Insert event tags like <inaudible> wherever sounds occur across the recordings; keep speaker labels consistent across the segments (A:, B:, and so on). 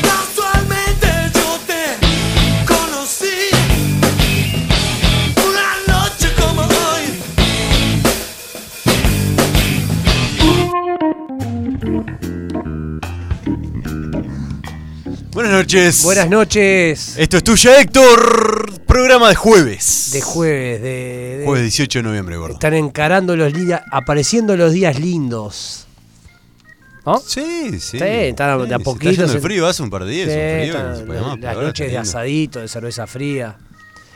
A: Casualmente yo te conocí una noche como hoy.
B: Buenas noches.
C: Buenas noches
B: Esto es tuya, Héctor. Programa de jueves.
C: de jueves, de, de-
B: Jueves 18 de noviembre, gordo.
C: están encarando los días, apareciendo los días lindos. ¿No?
B: Sí, sí.
C: Sí, está de a
B: se
C: poquito,
B: Está yendo
C: se-
B: el frío, hace un par de días. un
C: Sí,
B: frío, que
C: están
B: no se puede
C: las-
B: más, pero
C: las
B: ahora
C: noches de
B: está lindo.
C: asadito, de cerveza fría.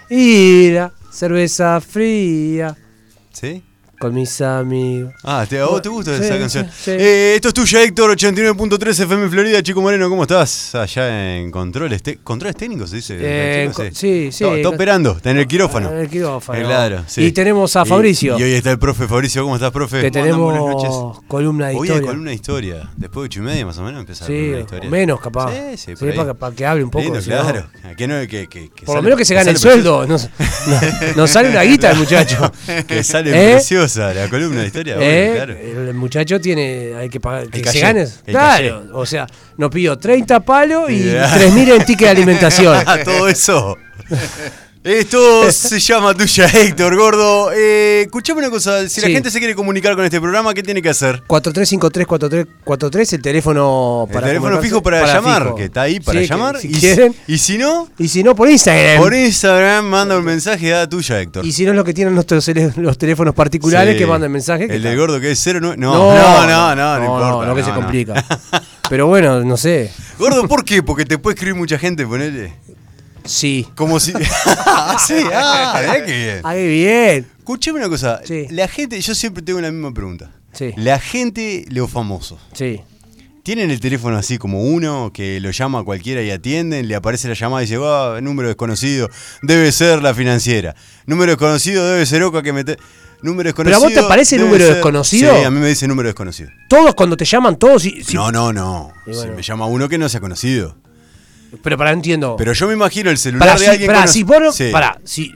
C: Ira, cerveza fría
B: ¿Sí?
C: con mis amigos.
B: Ah, ¿te, ¿a vos te gusta
C: Sí,
B: esa
C: sí,
B: canción?
C: sí.
B: Eh, esto es tuya, Héctor, 89.3 FM Florida. Chico Moreno, ¿cómo estás? Allá en controles, te- controles técnicos, se dice.
C: Eh,
B: chico,
C: co- sí, sí.
B: Está, está operando, está en el quirófano.
C: En el quirófano.
B: Eh, claro, sí.
C: Y tenemos a
B: Y-
C: Fabricio,
B: Y, hoy está el profe Fabricio. ¿Cómo estás, profe?
C: que
B: ¿Cómo andan?
C: tenemos
B: Buenas noches.
C: columna de
B: Hoy
C: historia.
B: es columna de historia. Después de ocho y media más o menos empieza la
C: Sí,
B: columna de historia.
C: o menos capaz.
B: Sí, sí,
C: Sí,
B: por ahí.
C: para, que- para que hable un poco.
B: Lindo,
C: si no-
B: claro. Que no- que- que- que
C: Por
B: sale-
C: lo menos que se gane el
B: sale
C: sueldo. Nos, no- nos sale una guita
B: <laughs>
C: el muchacho.
B: preciosa. que sale
C: <laughs> ¿Eh?
B: preciosa la columna de historia. <laughs> bueno,
C: ¿Eh?
B: claro.
C: El muchacho tiene. Hay que pagar. Que
B: caché,
C: se gane.
B: el
C: Claro.
B: caché.
C: O sea, nos pidió 30
B: <laughs>
C: palos y
B: Ya.
C: 3.000 en ticket de alimentación. <laughs>
B: Ah, <laughs> todo eso. Esto se llama tuya, Héctor Gordo. Eh, escuchame una cosa. Si la
C: Sí.
B: gente se quiere comunicar con este programa, ¿qué tiene que hacer?
C: 4353-4343, el teléfono
B: el teléfono
C: comunicarse,
B: fijo para, llamar,
C: fijo.
B: que está ahí para
C: Sí, que
B: llamar.
C: Si
B: y,
C: quieren.
B: y si no,
C: Y si no, por Instagram.
B: por Instagram manda un mensaje a tuya, Héctor.
C: y si no, los que tienen nuestros tele- los teléfonos particulares
B: Sí.
C: que mandan mensajes. que
B: El del
C: está-
B: gordo que es 09. No, no, no, no, no, importa.
C: No, que se complica. Pero bueno, no sé.
B: <laughs> Gordo, ¿por qué? Porque te puede escribir mucha gente, ponele.
C: Sí.
B: Como
C: <laughs>
B: si. <laughs> Ah, sí, ah, mirá qué bien.
C: ¡Ay, bien!
B: Escuchame una cosa.
C: Sí.
B: La gente, yo siempre tengo la misma pregunta.
C: Sí.
B: La gente, los famosos,
C: Sí.
B: ¿tienen el teléfono así como uno que lo llama a cualquiera y atienden? Le aparece la llamada y dice, ah, número desconocido, debe ser la financiera. Número desconocido, debe ser Oca que mete. Número
C: ¿Pero a
B: desconocido.
C: vos te aparece
B: debe
C: número
B: ser-
C: desconocido?
B: Sí, a mí me dice número desconocido.
C: Todos cuando te llaman, todos. y- sí,
B: No, no, no.
C: Y
B: Si
C: bueno.
B: me llama uno que no sea conocido.
C: Pero para, entiendo.
B: Pero yo me imagino el celular
C: para,
B: de
C: si,
B: alguien.
C: para,
B: cono-
C: si vos no-
B: Sí.
C: para, si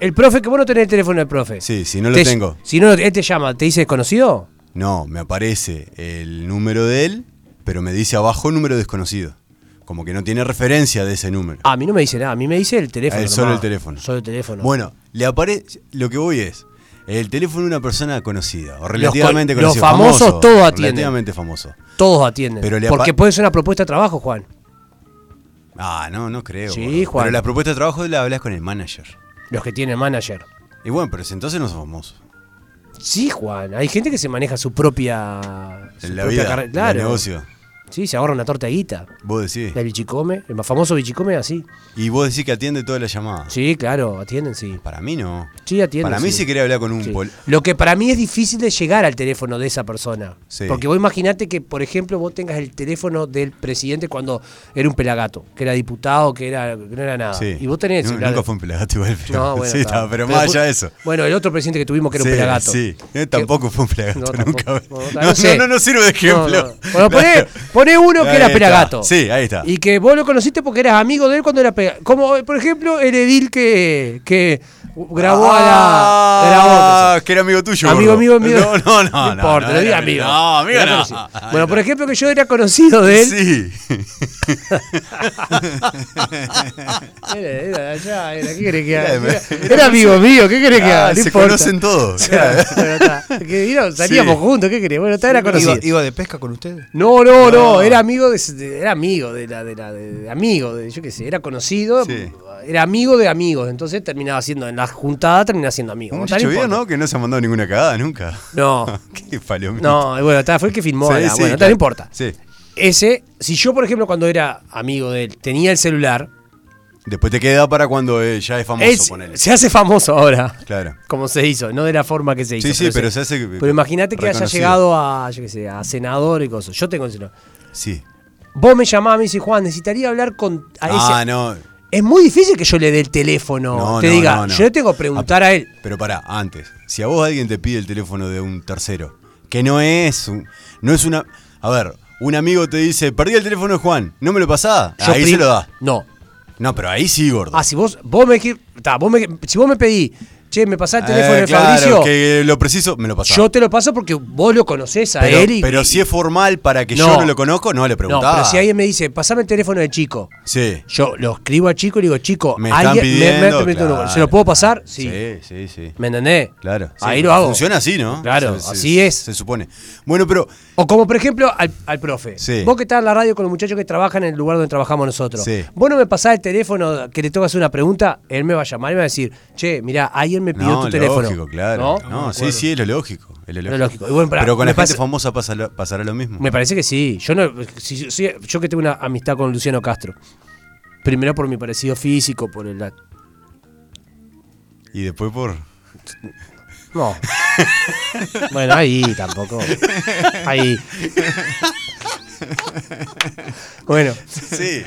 C: el profe, que vos no tenés el teléfono del profe.
B: Sí, si no lo
C: Te-
B: tengo.
C: Si no, él te llama, ¿te dice desconocido?
B: No, me aparece el número de él, pero me dice abajo número desconocido. Como que no tiene referencia de ese número.
C: Ah, A mí no me dice nada, a mí me dice el teléfono.
B: Ah, el-
C: nomás.
B: solo el teléfono.
C: Solo el teléfono.
B: Bueno, le aparece. Lo que voy es. El teléfono de una persona conocida, o
C: con-
B: relativamente
C: los
B: conocida.
C: famosos
B: famoso,
C: todo atienden.
B: Relativamente famoso.
C: Todos atienden.
B: Pero le apa-
C: porque puede ser una propuesta de trabajo, Juan.
B: Ah, no, no creo.
C: Sí,
B: gordo.
C: Juan.
B: Pero la propuesta de trabajo la hablas con el manager.
C: Los que tienen manager.
B: Y bueno, pero si entonces no son famosos.
C: Sí, Juan. Hay gente que se maneja su propia. su
B: En la
C: propia
B: vida,
C: carre-
B: en el
C: Claro.
B: negocio.
C: Sí, se ahorra una torta de guita.
B: Vos decís.
C: La bichicome. El más famoso bichicome es así.
B: Y vos decís que atiende todas las llamadas.
C: Sí, claro, atienden, sí.
B: Para mí no.
C: Sí, atienden.
B: Para mí si quería hablar con un
C: Sí.
B: pol-
C: Lo que para mí es difícil de llegar al teléfono de esa persona.
B: Sí.
C: Porque vos imaginate que, por ejemplo, vos tengas el teléfono del presidente cuando era un pelagato, que era diputado, que, era, que no era nada.
B: Sí.
C: Ah, Y vos tenés el
B: Nu-
C: celular.
B: Nunca fue un pelagato igual, pero,
C: <laughs> No, bueno,
B: <laughs> sí,
C: está.
B: estaba, pero más
C: vos-
B: allá de eso.
C: Bueno, el otro presidente que tuvimos que era
B: Sí,
C: un pelagato.
B: Sí, Eh,
C: Que-
B: tampoco fue un pelagato,
C: <laughs> No,
B: nunca.
C: tampoco.
B: No,
C: No,
B: no,
C: no sé.
B: no, no sirve de ejemplo.
C: No, no.
B: <laughs>
C: Bueno, poné, poné uno que
B: Ahí
C: era
B: está.
C: pelagato.
B: Sí, ahí está.
C: Y que vos lo conociste porque eras amigo de él cuando era pelagato. Como, eh, por ejemplo, el Edil que, que grabó a la.
B: Ah,
C: grabó-
B: que era amigo tuyo.
C: Amigo,
B: gordo.
C: amigo, amigo.
B: No, no, no. no,
C: importa,
B: no, era
C: lo diga amigo.
B: No, amigo
C: Era
B: no.
C: conocido.
B: Ah,
C: Bueno,
B: no.
C: por ejemplo, que yo era conocido de él.
B: Sí.
C: <laughs> Era, era de allá, era, ¿qué querés que haga?
B: Era-
C: Era,
B: <laughs>
C: era amigo mío, ¿qué querés <laughs> que
B: Ah,
C: haga? No
B: se
C: importa.
B: conocen todos. <laughs>
C: Claro, <laughs> bueno, está. Que, mira, salíamos
B: Sí.
C: juntos, ¿qué querés? Bueno, está, era conocido.
D: ¿Iba, iba de pesca con ustedes?
C: No, no, no,
B: No.
C: era amigo de, de- era amigo de la de la de, de amigo, de, yo qué sé, era conocido,
B: Sí.
C: era amigo de amigos, entonces terminaba siendo en la juntada terminaba siendo amigo.
B: Un
C: Bueno, tal,
B: muchacho bien,
C: importa.
B: ¿no? Que no Mm, se ha mandado ninguna cagada nunca.
C: No.
B: <laughs> Qué palomita.
C: No, y bueno, tal, fue el que filmó,
B: <laughs> Sí,
C: la-
B: sí,
C: bueno, tal,
B: claro.
C: no importa.
B: Sí.
C: Ese, si yo por ejemplo cuando era amigo de él tenía el celular,
B: Después te queda para cuando eh, ya es famoso,
C: él
B: ponele.
C: se hace famoso ahora. <laughs>
B: Claro.
C: Como se hizo, no de la forma que se hizo.
B: Sí, sí, pero se hace
C: Pero imagínate que haya
B: reconocido.
C: llegado a, yo qué sé, a senador y cosas. Yo tengo el celular.
B: Sí.
C: Vos me llamás, me dices, Juan, necesitaría hablar con a ese
B: Ah, no.
C: Es muy difícil que yo le dé el teléfono.
B: No,
C: te
B: no,
C: diga,
B: no, Ah, no.
C: yo le tengo que preguntar a él.
B: Pero pará, antes. Si a vos alguien te pide el teléfono de un tercero, que no es un- no es una. A ver, un amigo te dice, perdí el teléfono de Juan, ¿no me lo pasás?
C: Yo
B: Ahí
C: prim-
B: se lo da.
C: No.
B: No, pero ahí sí, gordo.
C: Ah, si vos, vos me qui- ta, vos me- si vos me pedí, che, me pasás el teléfono
B: Eh,
C: de
B: claro,
C: Fabricio,
B: que lo preciso, me lo pasaba.
C: yo te lo paso porque vos lo conocés a
B: pero,
C: él y-
B: pero si es formal para que
C: No.
B: yo no lo conozco, no le
C: No,
B: preguntaba.
C: pero si alguien me dice, pasame el teléfono de chico.
B: Sí.
C: Yo lo escribo a chico y le digo, chico,
B: Me están
C: alguien- me- me-
B: pidiendo,
C: me- me-
B: claro,
C: ¿se lo puedo pasar? Sí.
B: Sí, sí, sí.
C: ¿Me entendés?
B: Claro. sí,
C: Ahí lo hago.
B: Funciona así, ¿no?
C: Claro,
B: Se- se-
C: así es.
B: Se supone. Bueno, pero.
C: O como por ejemplo al, al profe.
B: Sí.
C: Vos que estás en la radio con los muchachos que trabajan en el lugar donde trabajamos nosotros.
B: Sí.
C: Vos no me pasás el teléfono que le tengo que hacer una pregunta, él me va a llamar y me va a decir, che, mirá, alguien me pidió
B: No,
C: tu teléfono.
B: lógico, claro.
C: ¿No?
B: No, sí, sí, es lo lógico. Es lo lógico.
C: lógico. Y bueno, pará,
B: pero con
C: me
B: la gente
C: pasa-
B: famosa pasa lo- pasará lo mismo.
C: Me parece que sí. Yo no, si- si- yo que tengo una amistad con Luciano Castro. Primero por mi parecido físico, por el. la-
B: Y después
C: <laughs>
B: por.
C: No. <laughs> bueno, ahí tampoco. Ahí. bueno,
B: Sí.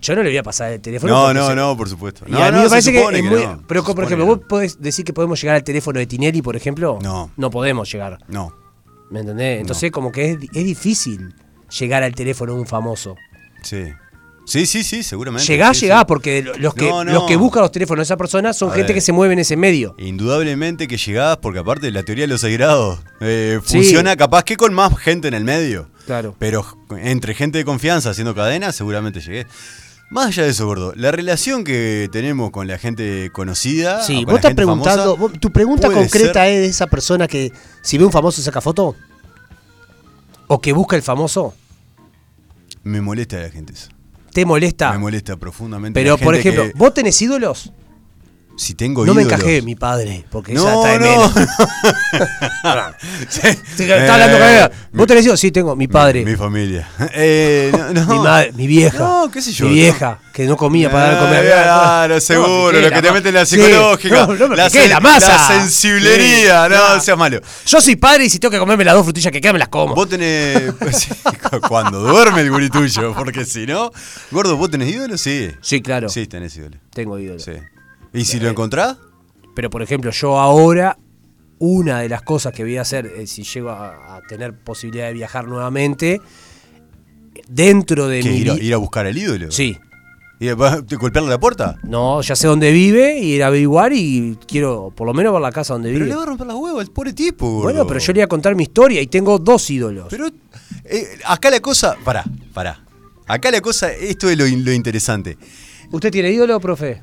C: yo no le voy a pasar el teléfono.
B: No,
C: porque
B: no,
C: se-
B: no, por supuesto.
C: Y
B: No,
C: a mí
B: no,
C: me
B: se
C: parece que,
B: supone
C: es
B: que no,
C: muy- Pero,
B: se
C: por
B: supone
C: ejemplo,
B: que no.
C: ¿vos podés decir que podemos llegar al teléfono de Tinelli, por ejemplo?
B: No.
C: No podemos llegar.
B: No.
C: ¿Me entendés? Entonces, como que es, di- es difícil llegar al teléfono de un famoso.
B: Sí. Sí, sí, sí, seguramente.
C: Llegás,
B: Sí, sí.
C: llegás, porque lo- los que,
B: No, no.
C: los que buscan los teléfonos de esa persona son
B: A
C: gente
B: ver.
C: que se mueve en ese medio.
B: Indudablemente que llegás, porque aparte la teoría de los airados eh,
C: Sí.
B: funciona capaz que con más gente en el medio.
C: Claro.
B: Pero entre gente de confianza haciendo cadena, seguramente llegué. Más allá de eso, gordo, la relación que tenemos con la gente conocida. o
C: Sí,
B: Ah, con
C: vos
B: la
C: estás
B: gente
C: preguntando.
B: famosa,
C: vos- tu pregunta
B: puede
C: concreta
B: ser-
C: es de esa persona que, si ve un famoso, saca foto. O que busca el famoso.
B: Me molesta la gente eso.
C: Te molesta.
B: Me molesta profundamente.
C: pero,
B: la gente
C: por ejemplo,
B: que-
C: ¿vos tenés ídolos?
B: si tengo
C: no me
B: ídolos-
C: encajé de mi padre, porque
B: No,
C: esa está de
B: no. <laughs>
C: menos.
B: Sí.
C: Sí, que Está hablando con
B: Eh,
C: ella. ¿Vos tenés hijos? Sí, tengo. Mi padre.
B: Mi,
C: Mi,
B: familia. <laughs> Eh, no, no.
C: madre. Mi vieja.
B: No, qué sé yo.
C: Mi vieja, que no comía para dar de comer.
B: Eh, Claro, seguro, lo que te meten en la psicológica.
C: No, no me
B: la,
C: piqué
B: sen-
C: la masa.
B: La sensiblería,
C: Sí,
B: no,
C: claro.
B: seas malo.
C: Yo soy padre y si tengo que comerme las dos frutillas que quedan, me las como.
B: Vos tenés. <laughs> pues sí, cu- cuando duerme el guri tuyo, porque si no. Gordo, ¿vos tenés ídolo? Sí.
C: Sí, claro. Eh,
B: Sí, tenés ídolo.
C: Tengo ídolos.
B: Sí. ¿Y si lo encontrás?
C: Pero, por ejemplo, yo ahora, una de las cosas que voy a hacer, eh, si llego a, a tener posibilidad de viajar nuevamente, dentro de
B: ¿Qué,
C: mi...
B: ir, a,
C: vi-
B: ir a buscar al ídolo?
C: Sí.
B: ¿Ir a- va- te- ¿Golpearle la puerta?
C: No, ya sé dónde vive y ir a averiguar y quiero por lo menos ver la casa donde
B: Pero
C: vive.
B: le va a romper las huevas al pobre tipo, gordo.
C: Bueno, pero yo le voy a contar mi historia y tengo dos ídolos.
B: Pero eh, acá la cosa. Pará, pará. Acá la cosa, esto es lo, in- lo interesante.
C: ¿Usted tiene ídolo, profe?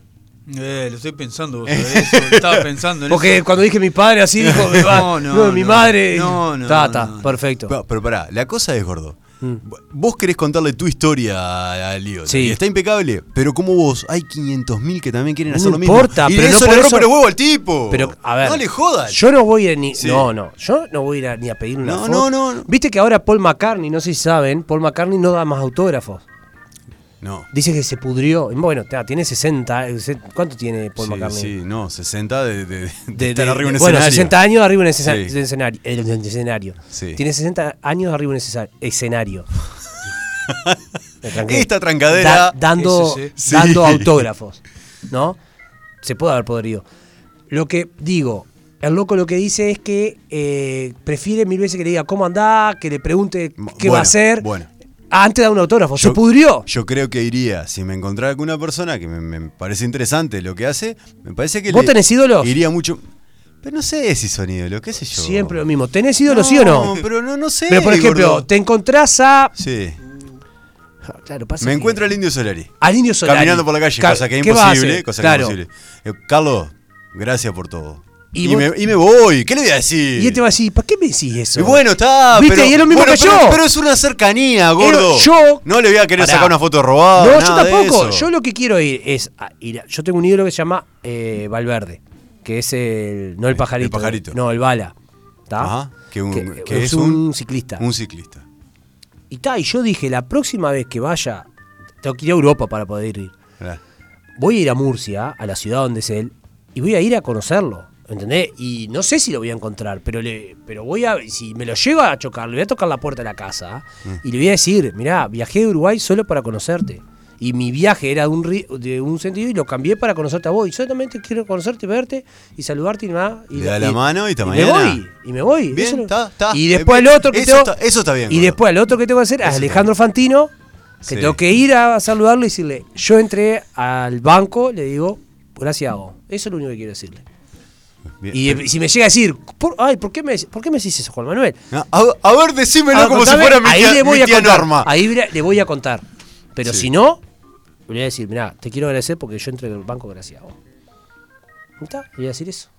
D: Eh, lo estoy pensando, vos sabés, eso, lo estaba pensando en
C: Porque
D: eso.
C: cuando dije mi padre así,
D: <laughs>
C: dijo, me va-
D: No, no,
C: mi
D: no.
C: madre.
D: No, no,
C: Ta, ta,
D: no, no.
C: perfecto. Mm.
B: Pa- Pero pará, la cosa es gordo. Vos querés contarle tu historia a- a Lío.
C: Sí.
B: está impecable. Pero como vos, hay 500.000 que también quieren hacer
C: No
B: lo mismo.
C: importa,
B: y
C: pero
B: eso
C: no por
B: le
C: eso-
B: rompe los huevos al tipo.
C: Pero, a ver.
B: No le jodas.
C: Yo no voy a ir ni.
B: Sí.
C: No, no. Yo no voy a ir a- ni a pedir una
B: No,
C: foto.
B: no, no, no.
C: Viste que ahora Paul McCartney, no sé si saben, Paul McCartney no da más autógrafos.
B: No.
C: Dice que se pudrió. Y Bueno, ta, tiene 60. eh, se- ¿Cuánto tiene Paul
B: Sí,
C: McCartney?
B: sí, no, 60 de, de, de
C: De-
B: estar
C: de-
B: arriba en
C: de-
B: un
C: bueno,
B: escenario.
C: 60 años arriba en el escena-
B: Sí.
C: de escenario. eh, de- de escenario.
B: Sí.
C: Tiene 60 años arriba en el escena-
B: <laughs>
C: escenario. Me tranqué.
B: Esta trancadera.
C: Da- dando
D: Eso sí.
C: dando
B: Sí.
C: autógrafos. ¿No? Se puede haber podrido. Lo que digo, el loco lo que dice es que eh, prefiere mil veces que le diga cómo andá, que le pregunte
B: Bueno,
C: qué va a hacer. Ah,
B: bueno.
C: Antes da un autógrafo. Se
B: Yo-
C: pudrió.
B: Yo creo que iría, si me encontrara con una persona que me, me parece interesante lo que hace, me parece que
C: ¿Vos
B: le-
C: tenés ídolos?
B: Iría mucho. Pero no sé si son ídolos, qué sé yo.
C: Siempre lo mismo. ¿Tenés ídolos sí o no?
B: pero no, no sé.
C: Pero por ejemplo,
B: gordo.
C: te encontrás a.
B: Sí.
C: Claro, pasa
B: Me
C: que-
B: encuentro al Indio Solari.
C: Al Indio Solari.
B: Caminando por la calle,
C: Ca-
B: cosa que es
C: ¿qué vas a
B: imposible.
C: hacer?
B: Cosa
C: Claro.
B: que es imposible. Eh, Carlos, gracias por todo.
C: Y
B: Y,
C: vos-
B: me, y me voy, ¿qué le voy a decir?
C: Y él te va a decir, ¿para qué me decís
B: Y
C: eso?
B: bueno, está.
C: ¿Viste?
B: Pero,
C: Y es lo mismo
B: bueno,
C: que
B: pero-
C: yo.
B: Pero es una cercanía, gordo.
C: yo-
B: No le voy a querer
C: Pará.
B: sacar una foto robada.
C: No, yo
B: nada de
C: tampoco.
B: eso.
C: Yo lo que quiero ir es. a- ir a- yo tengo un ídolo que se llama eh, Valverde, que es el. No el pajarito.
B: pajarito.
C: No, el bala. ¿tá?
B: Ajá, que un- que
C: Ah, es,
B: es
C: un,
B: un-
C: ciclista.
B: Un ciclista.
C: Y ta, y yo dije, la próxima vez que vaya, tengo que ir a Europa para poder ir.
B: Pará.
C: Voy a ir a Murcia, a la ciudad donde es él, y voy a ir a conocerlo. ¿Entendés? Y no sé si lo voy a encontrar, pero le, pero voy a. Si me lo llevo a chocar, le voy a tocar la puerta de la casa
B: Mm.
C: y le voy a decir, mirá, viajé de Uruguay solo para conocerte. Y mi viaje era de un, ri- de un sentido y lo cambié para conocerte a vos. Y solamente quiero conocerte, verte y saludarte y nada. Y,
B: Le da la mano y hasta
C: me
B: mañana.
C: voy, y me voy.
B: Bien,
C: Eso lo-
B: está, está.
C: Y después
B: Eh,
C: el otro que
B: eso
C: tengo.
B: está- eso está bien,
C: Y
B: gordo.
C: después el otro que tengo que hacer es
B: Eso está
C: Alejandro Fantino. Que
B: Sí.
C: tengo que ir a saludarlo y decirle, yo entré al banco, le digo, gracias a vos. Eso es lo único que quiero decirle.
B: Bien.
C: Y eh, si me llega a decir, "Por- ay, ¿por qué, me, ¿por qué me decís eso, Juan Manuel?
B: No, Ah, a, a ver, decímelo
C: Ah,
B: como
C: contame,
B: si fuera mi
C: ahí
B: tía,
C: le voy
B: mi
C: a
B: tía
C: contar,
B: Norma.
C: Ahí le le voy a contar. Pero
B: Sí.
C: si no, le voy a decir, mirá, te quiero agradecer porque yo entré en el banco gracias a vos. ¿No está? Le voy a decir eso.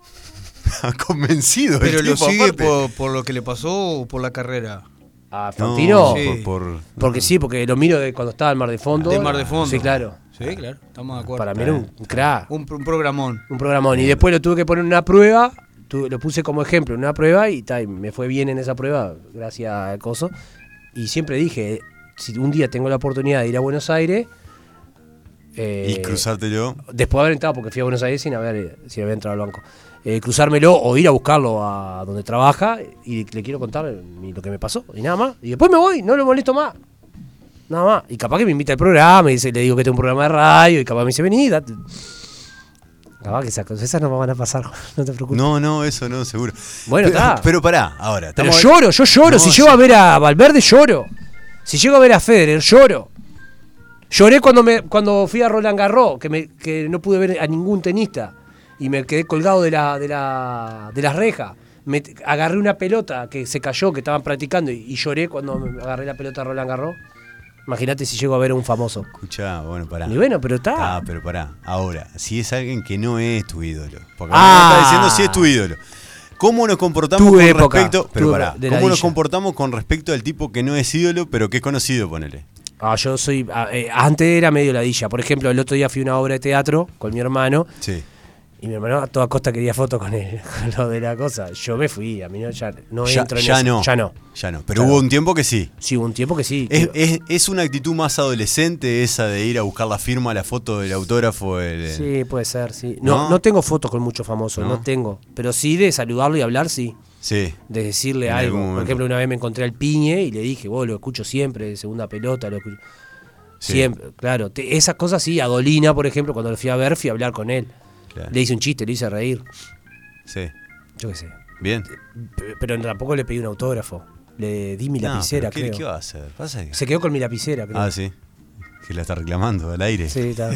B: <laughs> Convencido. el
D: Pero lo
B: tipo,
D: sigue
B: aparte.
D: por, por lo que le pasó o por la carrera.
C: A
B: No,
C: Fantino.
B: por,
D: sí.
B: por-
C: Porque sí, porque lo miro de cuando estaba en Mar de Fondo.
D: De Mar de Fondo.
C: Sí, claro.
D: Sí, claro. Estamos de acuerdo. Eh,
C: Para mí era un crack,
D: Un, un programón.
C: un programón. Y después lo tuve que poner en una prueba, tu- lo puse como ejemplo en una prueba y, ta, y me fue bien en esa prueba, gracias al coso. Y siempre dije, si un día tengo la oportunidad de ir a Buenos Aires... eh,
B: Y cruzártelo.
C: Después de haber entrado, porque fui a Buenos Aires sin haber, sin haber entrado al banco. eh, cruzármelo o ir a buscarlo a donde trabaja y le quiero contar eh, mi- lo que me pasó y nada más. Y después me voy, no lo molesto más. Nada más. Y capaz que me invita al programa y dice- le digo que tengo un programa de radio y capaz me dice, vení, date. Capaz que esas cosas esas no me van a pasar, <laughs> no te preocupes.
B: No, no, eso no, seguro.
C: Bueno,
B: pero,
C: está.
B: <laughs> pero pará, ahora.
C: Pero
B: estamos-
C: lloro, yo lloro.
B: No,
C: si
B: sí.
C: llego a ver a Valverde, lloro. Si llego a ver a Federer, lloro. Lloré cuando me cuando fui a Roland Garros, que, me, que no pude ver a ningún tenista. Y me quedé colgado de la, de la, de las rejas. Me t- agarré una pelota que se cayó, que estaban practicando, y, y lloré cuando me agarré la pelota de Roland Garros. Imagínate si llego a ver a un famoso.
B: Escuchá, bueno, pará.
C: Y bueno, pero está.
B: Ah, pero pará. Ahora, si es alguien que no es tu ídolo. Porque
C: Ah.
B: ahora está diciendo si es tu ídolo. ¿Cómo nos comportamos
C: Tu
B: con
C: época,
B: respecto.
C: tu
B: Pero
C: época
B: pará,
C: de
B: ¿cómo nos
C: ladilla.
B: comportamos con respecto al tipo que no es ídolo, pero que es conocido, ponele?
C: Ah, yo soy. ah, eh, antes era medio ladilla. Por ejemplo, el otro día fui a una obra de teatro con mi hermano.
B: Sí.
C: Y mi hermano a toda costa quería foto con él, <laughs> con lo de la cosa. Yo me fui, a mí no, ya no
B: ya
C: entro en
B: ya
C: eso.
B: no.
C: Ya no.
B: Ya no. Pero
C: Ya
B: hubo
C: no.
B: un tiempo que sí.
C: Sí, hubo un tiempo que sí.
B: Es,
C: que-
B: es- es una actitud más adolescente esa de ir a buscar la firma, la foto del autógrafo. el- el-
C: sí, puede ser, sí. No,
B: ¿No?
C: no, tengo fotos con muchos famosos, no.
B: ¿No?
C: tengo. Pero sí de saludarlo y hablar, sí.
B: Sí.
C: De decirle
B: En algún
C: algo. Por
B: momento.
C: ejemplo, una vez me encontré al Piñe y le dije, vos lo escucho siempre, de segunda pelota, lo escucho.
B: Sí.
C: Siempre, claro. te- esas cosas sí. A Dolina, por ejemplo, cuando lo fui a ver, fui a hablar con él.
B: Claro.
C: Le hice un chiste, le hice reír.
B: Sí.
C: Yo qué sé.
B: Bien.
C: P- Pero tampoco le pedí un autógrafo. Le di mi
B: No,
C: lapicera,
B: pero ¿qué,
C: creo.
B: ¿Qué va a hacer? Pasa que-
C: Se quedó con mi lapicera, creo.
B: Ah, sí. Que la está reclamando al aire.
C: Sí,
B: <laughs>
C: está.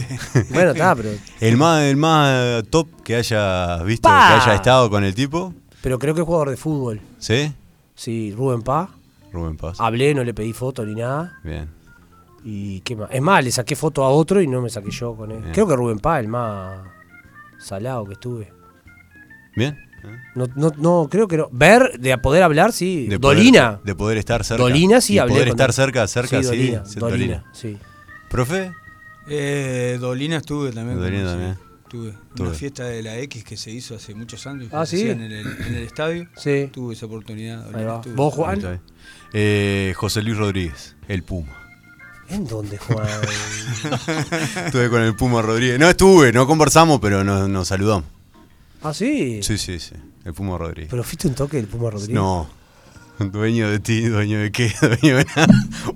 C: bueno, está, pero,
B: El más, el más eh, top que hayas visto,
C: Pa.
B: que haya estado con el tipo,
C: pero creo que es jugador de fútbol.
B: ¿sí?
C: Sí, Rubén Paz.
B: Rubén Paz.
C: Hablé, no le pedí foto ni nada.
B: Bien.
C: Y qué más. Es más, le saqué foto a otro y no me saqué yo con él.
B: Bien.
C: Creo que Rubén Paz, el más salado que estuve.
B: Bien.
C: No, no, no, creo que no. Ver, de a poder hablar, sí.
B: De poder-
C: Dolina.
B: de poder estar cerca.
C: Dolina sí
B: Y
C: hablé.
B: Poder
C: con
B: estar
C: él.
B: cerca, cerca, sí.
C: sí. Dolina,
B: sí,
C: Dolina, sí.
B: ¿Profe?
D: Eh, Dolina estuve también.
B: Dolina
D: conocí.
B: también.
D: Tuve
B: Tuve.
D: una fiesta de la X que se hizo hace muchos años. que
C: Ah,
D: se
C: ¿sí?
D: hacía En el, en el estadio.
C: Sí.
D: Tuve esa oportunidad. Dolina
C: Ahí va.
D: estuve.
C: ¿Vos,
B: Ahí está
C: Juan?
B: bien. Eh, José Luis Rodríguez, el Puma.
C: ¿En
B: <laughs>
C: dónde, Juan?
B: Estuve con el Puma Rodríguez. No estuve, no conversamos, pero nos, nos saludamos.
C: ah, sí.
B: Sí, sí, sí. El Puma Rodríguez.
C: Pero fuiste un toque del Puma Rodríguez.
B: No. Dueño de ti, dueño de qué, <laughs> dueño de nada.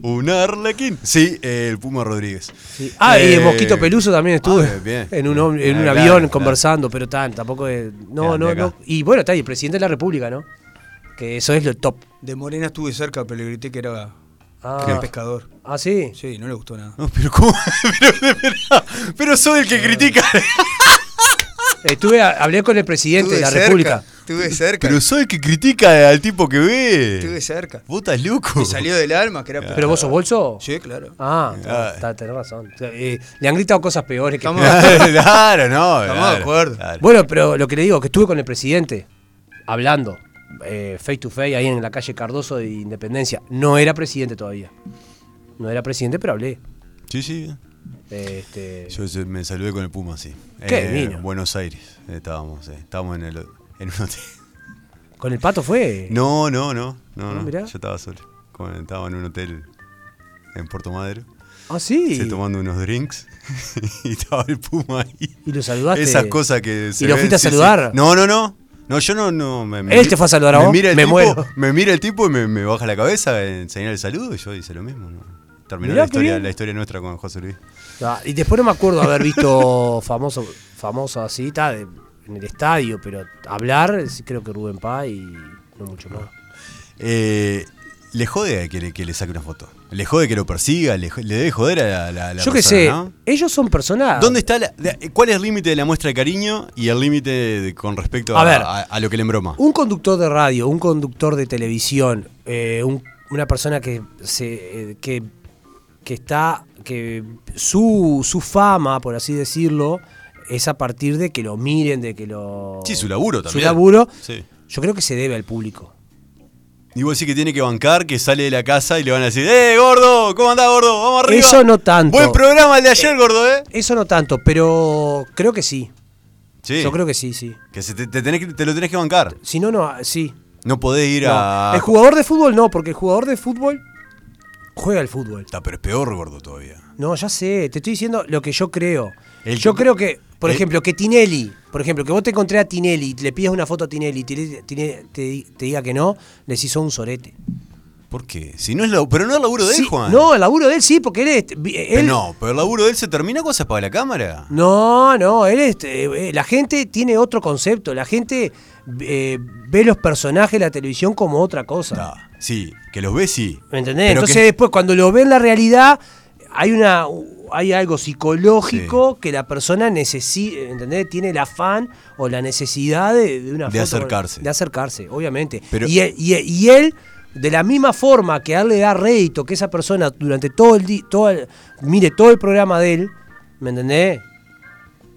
B: Un arlequín. Sí, eh, el Puma Rodríguez.
C: Sí. Ah, y
B: Eh,
C: en Mosquito Peluso también estuve.
B: ah, bien, bien.
C: <laughs> En un, om- en
B: Ah,
C: un
B: claro,
C: avión
B: claro.
C: conversando, pero tan, tampoco es. No,
B: Grande
C: no,
B: acá.
C: no. Y bueno, está ahí, el presidente de la República, ¿no? Que eso es lo top.
D: De Morena estuve cerca, pero le grité que era
C: Ah,
D: pescador.
C: ah, sí.
D: Sí, no le gustó nada.
B: No, pero ¿cómo? <laughs> Pero, pero- pero soy el que critica.
C: Estuve, a- hablé con el presidente de la
D: cerca,
C: República.
D: Estuve cerca.
B: Pero soy el que critica al tipo que
D: Estuve
B: ve.
D: cerca.
B: Vos estás loco. <laughs>
D: Me salió del alma que era pescador.
C: ¿Pero vos sos bolso?
D: Sí, claro.
C: Ah,
B: Ah.
C: está, está- tenés razón. Eh, le han gritado cosas peores que. <laughs>
D: Estamos-
B: Claro, no.
D: Estamos de
B: claro,
D: acuerdo.
B: claro.
C: Bueno, pero lo que le digo, que estuve con el presidente hablando, eh, face to face, ahí en la calle Cardoso de Independencia. No era presidente todavía. No era presidente, pero hablé.
B: Sí, sí.
C: Este,
B: Yo se- me saludé con el Puma, sí.
C: Qué
B: Eh,
C: divino.
B: En Buenos Aires eh, estábamos. eh, estábamos en, el, en un hotel.
C: ¿Con el pato fue?
B: No, no, no. no,
C: Eh, Ah,
B: no. Yo
C: mirá.
B: estaba solo. Con- Estaba en un hotel en Puerto Madero.
C: Ah, sí.
B: se tomando unos drinks. <laughs> y estaba el Puma ahí.
C: Y lo saludaste.
B: Esas cosas que se
C: ¿Y lo
B: ven,
C: fuiste a
B: sí, sí.
C: saludar?
B: No, no, no. No, yo no. no me, me
C: Él
B: mi-
C: te fue a saludar a
B: me
C: vos,
B: Mira el
C: me
B: tipo,
C: muero.
B: Me mira el tipo y me, me baja la cabeza en señal de saludo y yo hice lo mismo. ¿no? Terminó la
C: Mirá qué
B: historia,
C: bien.
B: la historia nuestra con José Luis.
C: Ah, y después no me acuerdo haber visto <laughs> famoso, famoso así, ta, de- en el estadio, pero hablar, sí, creo que Rubén Paz y no mucho más.
B: Eh, le jode a que le, que le saque una foto. Le jode que lo persiga, le, jo- le debe joder a la, la- la
C: Yo
B: persona,
C: qué sé,
B: ¿no?
C: ellos son personas.
B: ¿Dónde está la, la- ¿Cuál es el límite de la muestra de cariño y el límite de- con respecto a,
C: A ver. Uh,
B: a- a lo que le embroma?
C: Un conductor de radio, un conductor de televisión, eh, un- una persona que se eh, que, que está que su, su fama, por así decirlo, es a partir de que lo miren, de que lo
B: Sí, su laburo también.
C: Su laburo,
B: Sí.
C: yo creo que se debe al público.
B: Y vos decís que tiene que bancar, que sale de la casa y le van a decir, ¡eh, gordo! ¿Cómo andás, gordo? ¡Vamos arriba!
C: Eso no tanto.
B: Buen programa el de ayer, gordo, ¿eh?
C: Eso no tanto, pero creo que sí.
B: Sí.
C: Yo creo que sí, sí.
B: Que se te, te tenés que- te lo tenés que bancar.
C: Si no, no, sí.
B: No podés ir a.
C: No, El jugador de fútbol no, porque el jugador de fútbol juega el fútbol.
B: Está, pero es peor, gordo, todavía.
C: No, ya sé, te estoy diciendo lo que yo creo.
B: El
C: yo
B: que-
C: creo que, por
B: el-
C: ejemplo, que Tinelli, por ejemplo, que vos te encontré a Tinelli, le pidas una foto a Tinelli, Tinelli, Tinelli te, di- te diga que no, les hizo un sorete.
B: ¿Por qué? Si no es la- pero no es laburo de
C: Sí,
B: él, Juan.
C: No, el laburo de él sí, porque él es... vi-
B: eh. Pero
C: él-
B: no, pero el laburo de él se termina cosas para la cámara.
C: No, no, él es- eh, eh, la gente tiene otro concepto, la gente eh, ve los personajes de la televisión como otra cosa.
B: Está, sí, que los ves, sí.
C: ¿Me entendés?
B: Pero
C: Entonces
B: que-
C: después cuando lo ve en la realidad hay una hay algo psicológico que la persona necesita, ¿entendés? Tiene el afán o la necesidad de, de una
B: De
C: foto,
B: acercarse.
C: De acercarse, obviamente.
B: Pero-
C: y, él- y, él- y él, de la misma forma que a él le da rédito que esa persona durante todo el día, todo el- mire todo el programa de él, ¿me entendés?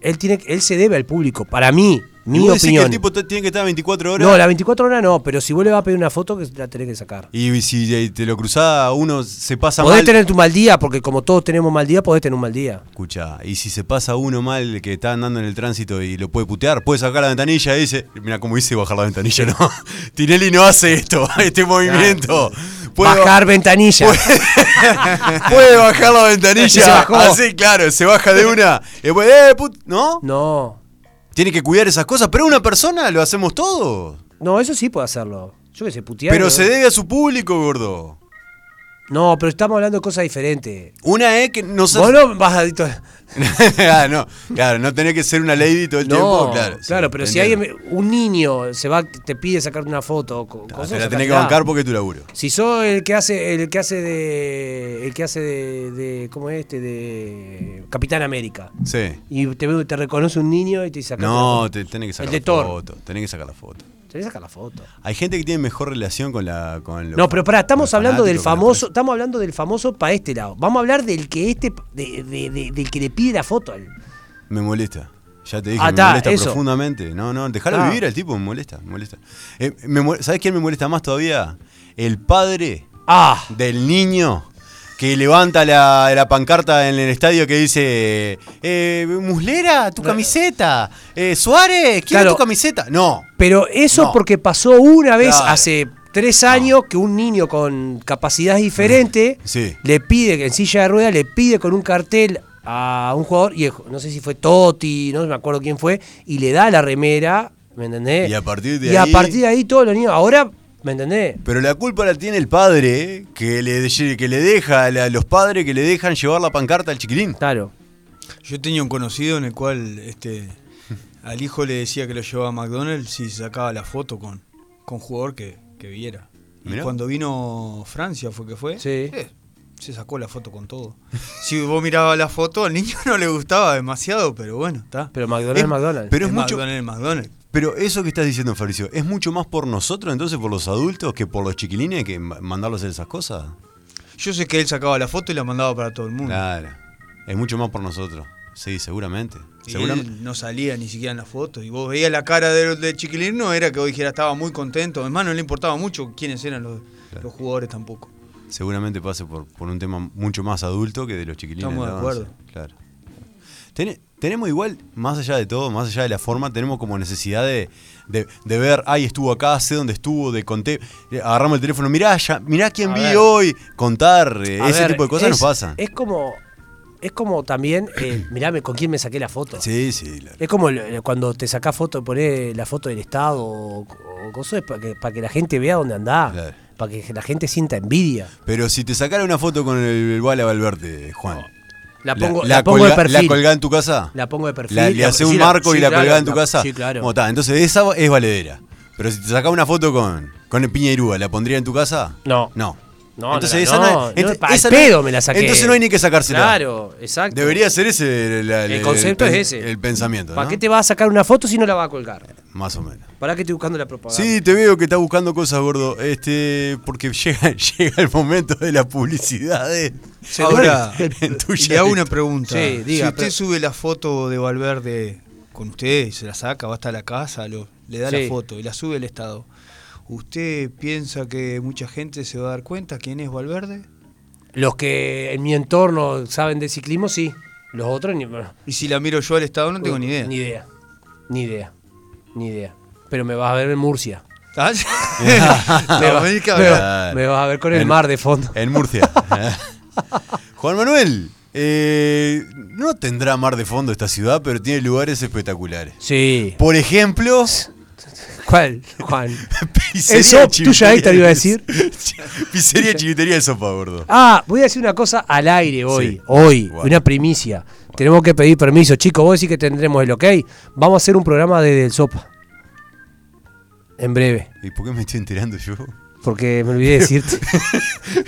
C: Él, tiene, que- él se debe al público, para mí,
B: Y
C: mi
B: vos decís que el
C: opinión.
B: tipo te- tiene que estar 24 horas.
C: No, la 24 horas no, pero si vos le vas a pedir una foto, que la tenés que sacar.
B: Y si eh, te lo cruzás, uno se pasa
C: Podés
B: mal.
C: tener tu mal día, porque como todos tenemos mal día, podés tener un mal día.
B: Escucha, y si se pasa uno mal que está andando en el tránsito y lo puede putear, puede sacar la ventanilla y dice, mira cómo hice bajar la ventanilla, no. <laughs> Tinelli no hace esto, <laughs> este movimiento. Puede ba-
C: Bajar ventanilla.
B: <laughs> puede bajar la
C: <laughs> Se
B: ventanilla.
C: bajó.
B: Así, claro, se baja de una. Y después, eh, put- ¿no?
C: <laughs> No.
B: Tiene que cuidar esas cosas, pero una persona lo hacemos todos.
C: No, eso sí puede hacerlo. Yo que sé, putear.
B: Pero
C: ¿no?
B: se debe a su público, gordo.
C: No, pero estamos hablando de cosas diferentes.
B: Una es que no se...
C: Vos no vas a dito-
B: <laughs> Ah, no, claro, no tenés que ser una lady todo el
C: No,
B: tiempo, claro. sí,
C: pero
B: te
C: si
B: entiendo.
C: alguien, un niño se va, te pide sacarte una foto, co-
B: Ah,
C: cosas,
B: Te la tenés que
C: sacatela.
B: bancar porque es tu laburo.
C: Si sos el que hace, el que hace de, el que hace de, de- ¿cómo es este? De Capitán América.
B: Sí.
C: Y te, ve- te reconoce un niño y te saca
B: No, te, tenés que
C: El
B: sacar
C: de
B: la
C: Thor.
B: foto. Tenés que sacar la foto.
C: Tenés que sacar la foto.
B: Hay gente que tiene mejor relación con la. Con los
C: No, pero pará, estamos
B: los
C: hablando del
B: fanáticos, con la
C: famoso,
B: prensa.
C: estamos hablando del famoso para este lado. Vamos a hablar del que este, de- de- de- del que le pide la foto al.
B: Me molesta. Ya te dije,
C: Ah,
B: me
C: está,
B: molesta
C: eso. Ah.
B: profundamente. No, no, dejalo
C: Está.
B: vivir al tipo, me molesta, me molesta. Eh, me mol- ¿Sabés quién me molesta más todavía? El padre
C: Ah,
B: del niño que levanta la, la pancarta en el estadio que dice: eh, Muslera, tu camiseta. Eh, Suárez, quiero
C: Claro.
B: tu camiseta. No,
C: pero eso
B: No.
C: porque pasó una vez
B: Claro.
C: hace tres años que un niño con capacidad diferente
B: <laughs> Sí.
C: le pide que en silla de ruedas le pide con un cartel a un jugador y el- no sé si fue Totti, no me acuerdo quién fue y le da la remera, ¿me entendés?
B: Y a partir de
C: Y a
B: ahí-
C: partir de ahí todos los niños ahora, ¿me entendés?
B: Pero la culpa la tiene el padre eh, que le, que le deja, la- los padres que le dejan llevar la pancarta al chiquilín.
C: Claro.
D: Yo tenía un conocido en el cual este, al hijo le decía que lo llevaba a McDonald's y sacaba la foto con, con jugador que, que viera. Y
B: Mirá.
D: cuando vino Francia fue que fue,
C: Sí.
D: eh, se sacó la foto con todo. si vos mirabas la foto, al niño <laughs> no le gustaba demasiado, pero bueno, está.
C: Pero McDonald's,
B: Eh,
C: McDonald's.
B: pero es
D: Es
B: mucho-
D: McDonald's, es McDonald's.
B: Pero eso que estás diciendo, Fabricio, ¿es mucho más por nosotros entonces, por los adultos, que por los chiquilines que ma- mandarlos a hacer esas cosas?
D: Yo sé que él sacaba la foto y la mandaba para todo el mundo.
B: Claro. Es mucho más por nosotros. Sí, seguramente.
D: Y
B: Seguramente.
D: él no salía ni siquiera en la foto. Y vos veías la cara del, del chiquilín, no era que vos dijera estaba muy contento. Además, no le importaba mucho quiénes eran los, los jugadores tampoco.
B: seguramente pase por, por un tema mucho más adulto que de los chiquilines.
D: Estamos de
B: entonces.
D: acuerdo.
B: Claro. Tene- tenemos igual, más allá de todo, más allá de la forma, tenemos como necesidad de, de- de ver, ay, estuvo acá, sé dónde estuvo, de conté, eh, agarramos el teléfono, mirá, ya, mirá quién
C: A
B: vi
C: ver.
B: hoy, contar, eh,
C: A
B: ese
C: ver,
B: tipo de cosas
C: es-
B: nos pasan.
C: Es como, es como también,
B: <clears throat>
C: eh, mirá me- con quién me saqué la foto.
B: sí, sí, claro.
C: Es como lo- lo- cuando te sacás foto, ponés la foto del Estado o, o cosas para que, para que la gente vea dónde andás,
B: Claro.
C: para que la gente sienta envidia.
B: Pero si te sacara una foto con el, el Bala Valverde, Juan.
C: La pongo, la,
B: la
C: pongo de
B: colga-
C: perfil.
B: la colgás en tu casa?
C: La pongo de perfil.
B: La- le
C: la-
B: hace
C: sí,
B: un
C: la-
B: marco
C: sí,
B: y la
C: claro,
B: colgás en tu
C: la-
B: casa.
C: sí, claro.
B: Bueno, está, entonces esa es valedera. Pero Pero si te sacaba una foto con, con el Piñeirúa, ¿la pondría en tu casa?
C: No.
B: No.
C: No,
B: Entonces
C: no,
B: esa
C: no,
B: no- ent-
C: no, pa-
B: esa
C: al
B: no-
C: pedo me la saqué.
B: entonces no hay ni que sacársela.
C: Claro, exacto.
B: Debería ser ese la- la-
C: El concepto
B: pen-
C: es ese.
B: El pensamiento.
C: ¿Para
B: ¿no?
C: qué te vas a sacar una foto si no la vas a colgar?
B: Más o menos.
C: ¿Para qué estoy buscando la propaganda?
B: Sí, te veo que estás buscando cosas, gordo. Este, porque llega, <laughs> llega el momento de la publicidad de-
D: Ahora,
B: en tuya
D: le hago
B: lista. <laughs>
D: una pregunta.
C: Sí, diga,
D: si usted
C: pero-
D: sube la foto de Valverde con usted y se la saca, va hasta la casa, lo- le da
C: Sí.
D: la foto y la sube al Estado, ¿usted piensa que mucha gente se va a dar cuenta quién es Valverde?
C: Los que en mi entorno saben de ciclismo, sí. Los otros ni,
D: Y si la miro yo al Estado, no tengo ni idea.
C: Ni idea. Ni idea. Ni idea. Pero me vas a ver en
D: <laughs>
C: Murcia.
D: Ah,
C: <laughs> Me,
D: no,
C: va-
D: me
C: me
D: cabrón.
C: va- me vas a ver con el mar de
D: eh,
C: fondo.
B: En
C: <laughs>
B: Murcia. Juan Manuel, eh, no tendrá mar de fondo esta ciudad, pero tiene lugares espectaculares.
C: Sí.
B: Por
C: <laughs>
B: ejemplo,
C: ¿Cuál,
D: <laughs>
C: Juan?
B: pizzería
C: Eso,
B: Chivitería
C: tuya, Héctor, iba a <laughs> decir.
B: Pizzería Chivitería del Sopa, gordo.
C: Ah, voy a decir una cosa al aire hoy.
B: Sí.
C: Hoy,
B: Guau.
C: una primicia. Tenemos que pedir permiso. Chicos, vos decís que tendremos el ok. Vamos a hacer un programa desde el Sopa. En breve.
B: ¿Y por qué me estoy enterando yo?
C: Porque me olvidé decirte.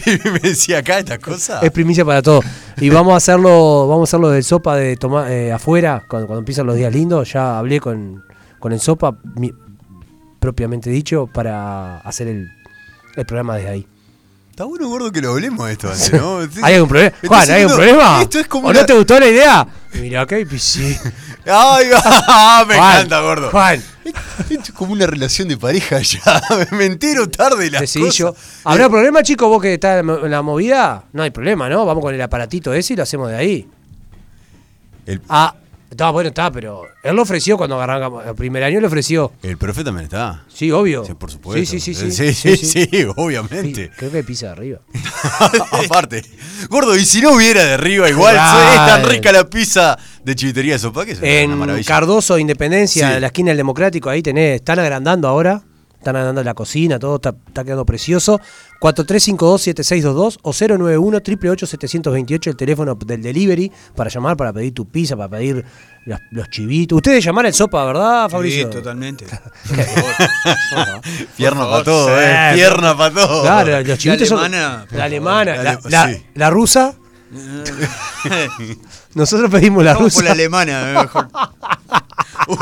B: Y <laughs> me decía acá estas cosas.
C: Es primicia para todo. Y vamos a hacerlo, vamos a hacerlo del sopa de toma, eh, afuera, cuando, cuando empiezan los días lindos. Ya hablé con, con el sopa, mi- propiamente dicho, para hacer el, el programa desde ahí.
B: Está bueno, gordo, que lo hablemos esto antes, ¿no? Este
C: ¿Hay algún problema?
B: Estoy
C: Juan, ¿hay algún
B: diciendo,
C: problema?
B: Esto es como
C: ¿O
B: una-
C: no te gustó la idea? Mirá que hay piscina. <laughs>
B: Ay, ah, <laughs> me
C: Juan,
B: encanta, gordo.
C: Juan,
B: Esto es como una relación de pareja ya. <laughs> Me entero tarde de las
C: decidí
B: cosas. Eh,
C: yo. ¿Habrá problema, chicos, vos que estás en la mo- en la movida? No hay problema, ¿no? Vamos con el aparatito ese y lo hacemos de ahí.
B: El,
C: Ah, está, bueno, está, pero él lo ofreció cuando arrancamos. El primer año lo ofreció.
B: el profe también está.
C: Sí, obvio.
B: Sí, por supuesto.
C: Sí, sí, sí.
B: Sí, sí, sí, obviamente.
C: Sí, Creo que pisa de arriba.
B: <laughs> Aparte. Gordo, y si no hubiera de arriba igual,
C: Claro.
B: es tan rica la pizza de chivitería de sopa que es una
C: En
B: maravilla.
C: Cardoso, Independencia,
B: Sí.
C: en la esquina del Democrático, ahí tenés. Están agrandando ahora. Están agrandando la cocina, todo está, está quedando precioso. 4352-7622 o 091-888-728, el teléfono del delivery para llamar, para pedir tu pizza, para pedir los, los chivitos. Ustedes llaman el sopa, ¿verdad, Fabricio? <laughs>
D: <laughs> Sí, totalmente.
B: Pierna para
D: Por favor,
B: todo,
C: sí.
B: eh. Pierna para todo.
C: Claro, los chivitos son-
D: alemana, por
C: La alemana.
B: favor.
C: La,
B: La ale-
C: la-
B: sí. <laughs>
C: la rusa. Nosotros pedimos la
D: Vamos
C: rusa.
D: por
C: <laughs>
D: la alemana, mejor.
B: <laughs>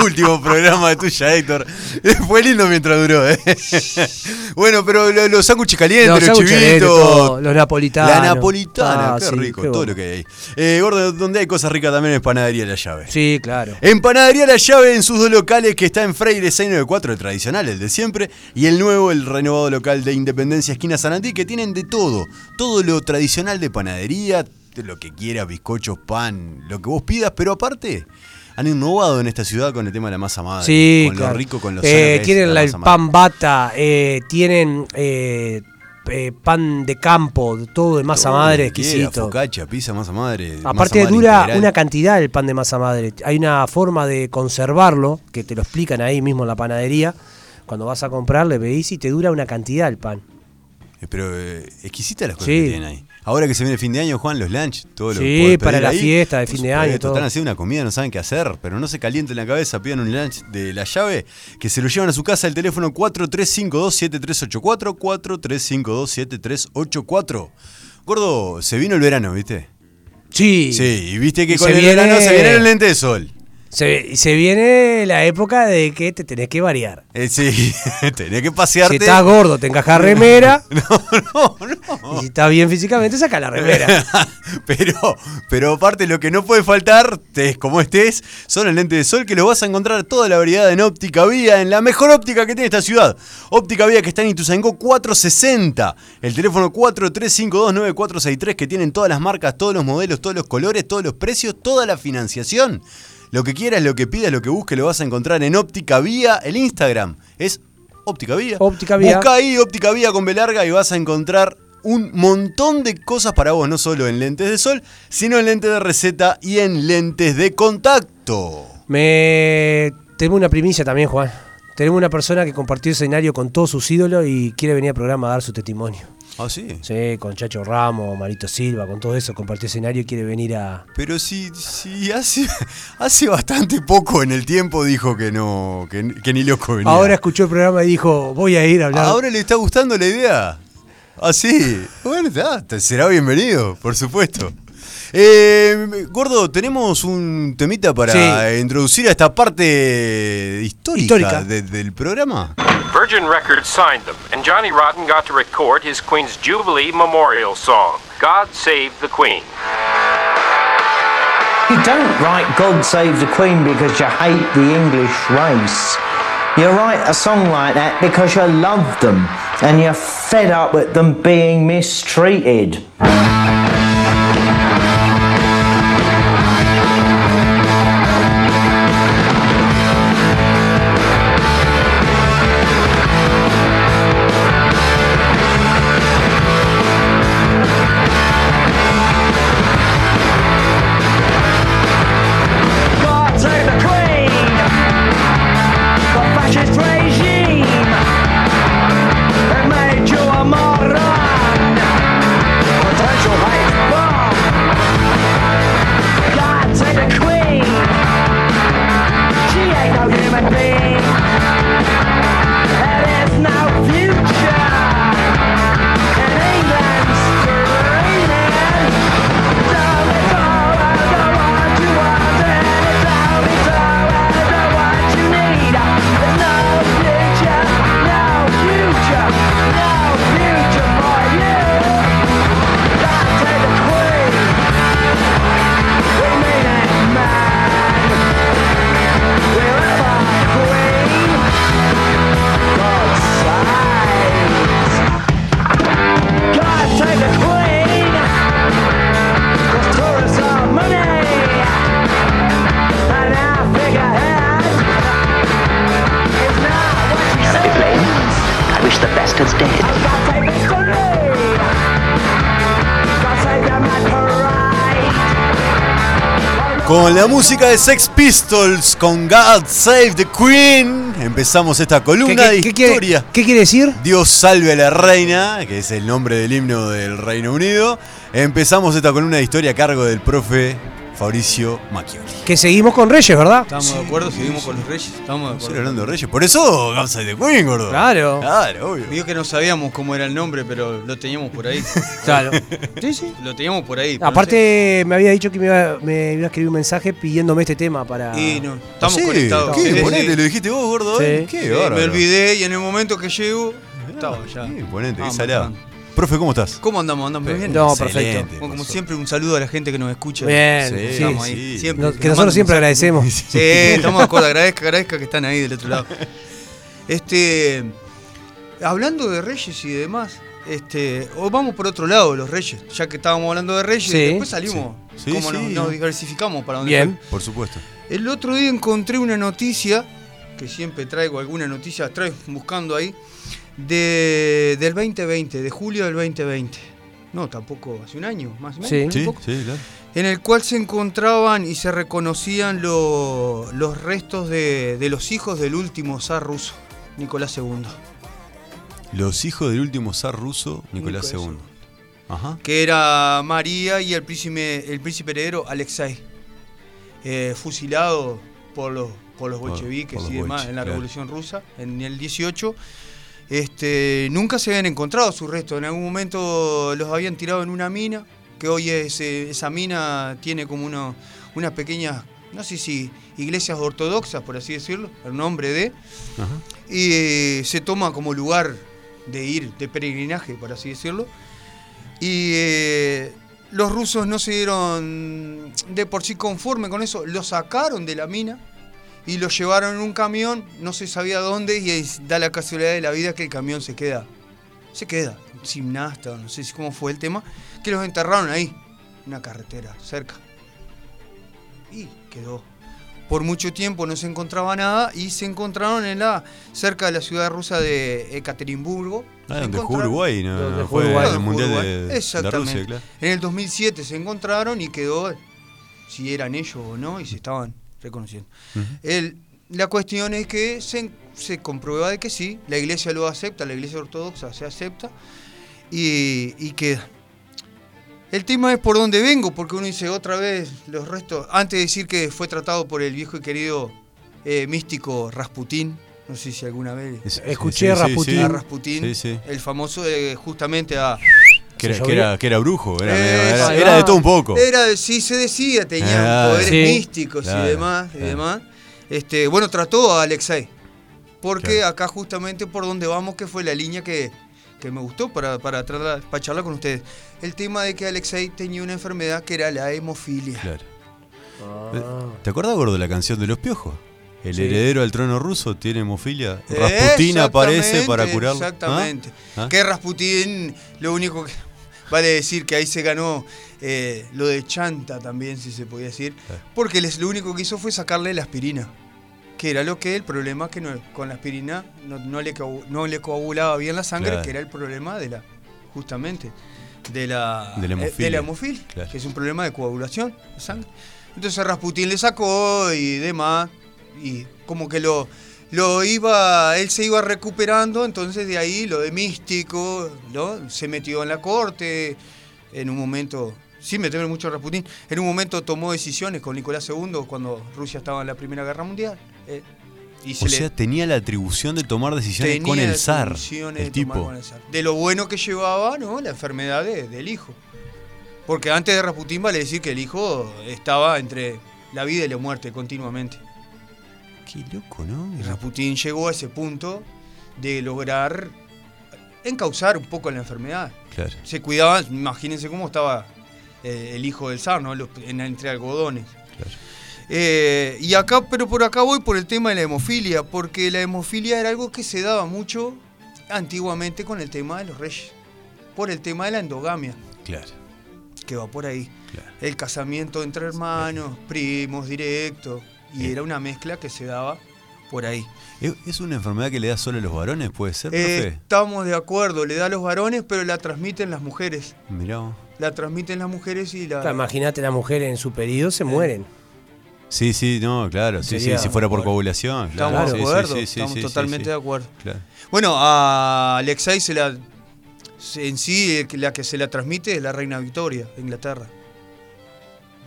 B: Último programa de tuya, Héctor. <laughs> Fue lindo mientras duró, eh. <laughs> Bueno, pero lo- los sándwiches calientes,
C: Los
B: los,
C: sándwiches calientes, todo,
B: chivitos.
C: los napolitanos.
B: La napolitana,
C: Ah,
B: qué
C: sí,
B: rico,
C: qué
B: todo
C: bueno.
B: lo que hay ahí. Eh, gordo, donde hay cosas ricas también es panadería La Llave.
C: Sí, claro.
B: En Panadería La Llave, en sus dos locales, que está en Freire 694, el tradicional, el de siempre, y el nuevo, el renovado local de Independencia, esquina Sanantí, que tienen de todo, todo lo tradicional de panadería, de lo que quieras, bizcochos, pan, lo que vos pidas, pero aparte, han innovado en esta ciudad con el tema de la masa madre,
C: Sí,
B: con
C: claro.
B: lo rico, con lo
C: Eh,
B: sano que es
C: Tienen
B: la
C: la- el
B: masa madre.
C: pan bata, eh, tienen eh, eh, pan de campo, todo de masa
B: Todo lo
C: madre
B: que quieras,
C: exquisito.
B: Focaccia, pizza, masa madre. masa
C: Aparte
B: madre
C: dura
B: integral.
C: una cantidad el pan de masa madre. Hay una forma de conservarlo, que te lo explican ahí mismo en la panadería. Cuando vas a comprar, le pedís y te dura una cantidad el pan.
B: Eh, Pero eh, exquisitas las cosas
C: Sí.
B: que tienen ahí. Ahora que se viene el fin de año, Juan, los lunch, todo lo que
C: Sí,
B: podés
C: para
B: pedir
C: la
B: ahí.
C: fiesta de
B: Por
C: fin de año,
B: supuesto,
C: todo.
B: Están haciendo una comida, no saben qué hacer, pero no se calienten la cabeza, pidan un lunch de la llave, que se lo llevan a su casa el teléfono 4352-7384, 4352-7384. Gordo, se vino el verano, ¿viste?
C: Sí.
B: Sí, y viste que
C: Y
B: con
C: se
B: el
C: viene-
B: verano se viene el lente de sol.
C: Se, se viene la época de que te tenés que variar.
B: Eh, sí, <laughs> tenés que
C: Si
B: pasearte.
C: estás gordo, te encajas remera.
B: <laughs> no, no, no.
C: Y si estás bien físicamente, saca la
B: <laughs>
C: remera.
B: pero, pero aparte lo que no puede faltar, es como estés, son el lente de sol que lo vas a encontrar toda la variedad en óptica vía, en la mejor óptica que tiene esta ciudad. Óptica vía que está en Ituzaingó 460, el teléfono 43529463 que tienen todas las marcas, todos los modelos, todos los colores, todos los precios, toda la financiación. Lo que quieras, lo que pidas, lo que busques, lo vas a encontrar en óptica vía, el Instagram es óptica vía.
C: Óptica Vía.
B: Busca ahí óptica vía con B larga y vas a encontrar un montón de cosas para vos, no solo en lentes de sol, sino en lentes de receta y en lentes de contacto.
C: Me tenemos una primicia también, Juan. Tenemos una persona que compartió escenario con todos sus ídolos y quiere venir al programa a dar su testimonio.
B: Ah, sí.
C: Sí, con Chacho Ramos, Marito Silva, con todo eso, compartió escenario y quiere venir a.
B: Pero si, si hace, <laughs> hace bastante poco en el tiempo dijo que no, que, que ni loco venía.
C: Ahora escuchó el programa y dijo, voy a ir a hablar.
B: Ahora le está gustando la idea. Ah, sí. Bueno, está, te será bienvenido, por supuesto. Eh, Gordo, tenemos un temita para
C: Sí.
B: introducir a esta parte histórica,
C: Histórica.
B: de- del programa.
E: Virgin Records signed them, and Johnny Rotten got to record his Queen's Jubilee memorial song, God Save the Queen.
F: You don't write God Save the Queen because you hate the English race. You write a song like that because you love them and you're fed up with them being mistreated.
G: God save the Queen! The fascist regime! It made you a moron! Potential hate bomb! God save the Queen! She ain't no human being! There is no future! In England's dreaming! Tell me all I don't want you want and tell me so I don't want you need There's no future, no future, no future for you God save the Queen We mean it man We're ever Queen God save God save the Queen I wish the bastard's dead.
B: Con la música de Sex Pistols, con God Save the Queen, empezamos esta
C: ¿Qué-
B: columna
C: qué-
B: de
C: qué quiere-
B: historia.
C: ¿Qué quiere decir?
B: Dios salve a la reina, que es el nombre del himno del Reino Unido. Empezamos esta columna de historia a cargo del profe Fabricio Macchioli.
C: Que seguimos con Reyes, ¿verdad?
D: ¿Estamos de acuerdo? ¿Seguimos con los Reyes? Estamos de
B: Estoy
D: acuerdo.
B: hablando de Reyes. Por eso, Gamsa de Queen, gordo.
C: Claro.
B: Claro, obvio.
D: Vio que no sabíamos cómo era el nombre, pero lo teníamos por
B: <laughs>
D: ahí.
C: Claro.
D: <laughs>
C: Sí, sí.
D: Lo teníamos por ahí. pero no
C: Aparte, me había dicho que me iba, me iba a escribir un mensaje pidiéndome este tema para.
D: sé. Y no, estamos
B: Sí,
D: conectados.
B: ¿Qué?
D: Sí, sí,
B: Ponete,
D: sí.
B: lo dijiste vos, gordo. hoy?
C: Sí.
B: Qué
D: Sí,
B: bárbaro.
D: me olvidé y en el momento que llego, estaba ya.
B: Sí, ponete, qué
D: Vamos,
B: salado.
D: vamos.
B: Profe, ¿cómo estás?
D: ¿Cómo andamos? ¿Andamos bien?
C: No,
B: Excelente.
C: perfecto.
D: Bueno, como siempre, un saludo a la gente que nos escucha.
C: Bien,
B: Sí,
C: sí.
D: Estamos ahí.
B: sí.
D: Siempre.
C: No,
D: nos
C: que
D: mandan
C: nosotros siempre agradecemos.
D: Sí, estamos de acuerdo. Agradezca, agradezca que están ahí del otro lado. Este, hablando de Reyes y demás, este, o vamos por otro lado, los Reyes. Ya que estábamos hablando de Reyes,
C: Sí.
D: después salimos.
B: Sí. Sí,
D: como
B: sí.
D: nos, nos diversificamos para donde
C: Bien.
D: fue.
B: Por supuesto.
D: El otro día encontré una noticia, que siempre traigo alguna noticia, traigo buscando ahí, de, del 2020, de julio del 2020. No, tampoco, hace un año, más o menos.
C: Sí.
D: un
B: Sí,
D: poco
B: sí, claro.
D: en el cual se encontraban y se reconocían lo- los restos de, de los hijos del último zar ruso, Nicolás II,
B: Los hijos del último zar ruso, Nicolás
D: Nicolás
B: II. Ajá.
D: que era María y el príncipe, el príncipe heredero Alexei, eh, fusilado por los, por los
B: Por-
D: bolcheviques
B: por los
D: y demás
B: bolche,
D: en la
B: claro.
D: Revolución Rusa en el 18. Este, nunca se habían encontrado sus restos, en algún momento los habían tirado en una mina, que hoy es, eh, esa mina tiene como uno- unas pequeñas, no sé si iglesias ortodoxas, por así decirlo, el nombre de, y eh, se toma como lugar de ir, de peregrinaje, por así decirlo. Y eh, los rusos no se dieron de por sí conforme con eso, lo sacaron de la mina y lo llevaron en un camión, no se sabía dónde, y ahí da la casualidad de la vida que el camión se queda. Se queda, sin nasta, no sé si cómo fue el tema, que los enterraron ahí, una carretera, cerca. Y quedó. Por mucho tiempo no se encontraba nada y se encontraron en la cerca de la ciudad rusa de Ekaterimburgo.
B: Ah,
D: Se
B: donde jugó
D: encontraron-
B: Uruguay, ¿no?
C: Donde jugó
B: Fue
C: Uruguay.
B: en el
D: Claro,
B: Mundial
D: Uruguay.
B: de, de
D: Exactamente.
B: Rusia, claro.
D: En el 2007 se encontraron y quedó si eran ellos o no y se estaban reconociendo. El- la cuestión es que se, se comprueba de que sí, la iglesia lo acepta, la iglesia ortodoxa se acepta y, y queda. El tema es por dónde vengo, porque uno dice otra vez los restos. Antes de decir que fue tratado por el viejo y querido eh, místico Rasputín, no sé si alguna vez.
C: Escuché a Rasputín.
D: a Rasputín,
B: Sí, sí.
D: el famoso eh, justamente a.
B: Que era,
C: Se
B: que era- que era brujo, era,
D: Eh,
B: era-
D: ahí
B: era
D: va. Eh,
B: de todo un poco.
D: Era, de- sí, se decía, tenía
B: Ah,
D: poderes
C: sí.
D: místicos
B: Claro,
D: y demás.
B: claro.
D: Y demás. Este, bueno, trató a Alexei. Porque
B: Claro.
D: acá justamente por donde vamos, que fue la línea que, que me gustó para, para, tratar- para charlar con ustedes. El tema de que Alexei tenía una enfermedad que era la hemofilia.
B: Claro.
D: Ah.
B: ¿Te acordás, gordo, la canción de los piojos? El heredero al trono ruso tiene hemofilia. Rasputín
D: Eh, Exactamente,
B: aparece para curarlo. ¿Ah?
D: Exactamente.
B: ¿Ah?
D: Que Rasputín, lo único que. Vale decir que ahí se ganó eh, lo de Chanta también, si se podía decir.
B: Eh.
D: Porque les, lo único que hizo fue sacarle la aspirina. Que era lo que el problema que no- con la aspirina no, no le, coagu- no le coagulaba bien la sangre,
B: Claro.
D: que era el problema de la. Justamente. De la,
B: De la
D: eh,
B: hemofilia.
D: hemofilia,
B: Claro.
D: que es un problema de coagulación de sangre. Entonces Rasputín le sacó y demás. Y como que lo, lo iba, él se iba recuperando, entonces de ahí lo de místico, ¿no? Se metió en la corte, en un momento, sí me teme mucho a Rasputín, en un momento tomó decisiones con Nicolás II cuando Rusia estaba en la Primera Guerra Mundial. eh, y
B: O sea, tenía la atribución de tomar decisiones con el zar.
D: funciones
B: El
D: de tomar
B: tipo.
D: con el zar. De lo bueno que llevaba, ¿no? La enfermedad de- del hijo. Porque antes de Rasputín vale decir que el hijo estaba entre la vida y la muerte continuamente.
B: Qué loco, ¿no?
D: Y Rasputín llegó a ese punto de lograr encauzar un poco la enfermedad.
B: Claro.
D: Se cuidaba, imagínense cómo estaba eh, el hijo del zar, ¿no? Los- en- entre algodones. Eh, y acá, pero por acá voy por el tema de la hemofilia, porque la hemofilia era algo que se daba mucho antiguamente con el tema de los reyes, por el tema de la endogamia,
B: Claro.
D: que va por ahí.
B: Claro.
D: El casamiento entre hermanos, primos, directos, y
B: Sí.
D: era una mezcla que se daba por ahí.
B: ¿Es- ¿Es una enfermedad que le da solo a los varones? ¿Puede ser,
D: Eh,
B: profe?
D: estamos de acuerdo, le da a los varones, pero la transmiten las mujeres.
B: Mirá. vos.
D: La transmiten las mujeres y la...
C: Claro, Imagínate las mujeres en su periodo se mueren.
B: Sí, sí, no, claro. Sí, sí,
C: Sería-
B: si fuera por coagulación.
D: Estamos
B: claro, sí,
D: de
B: sí,
D: acuerdo,
B: sí, sí,
D: estamos
B: sí, sí,
D: totalmente
B: sí.
D: de acuerdo.
B: Claro.
D: Bueno, a Alexei se la. se- En sí, eh, que la que se la transmite es la reina Victoria de Inglaterra.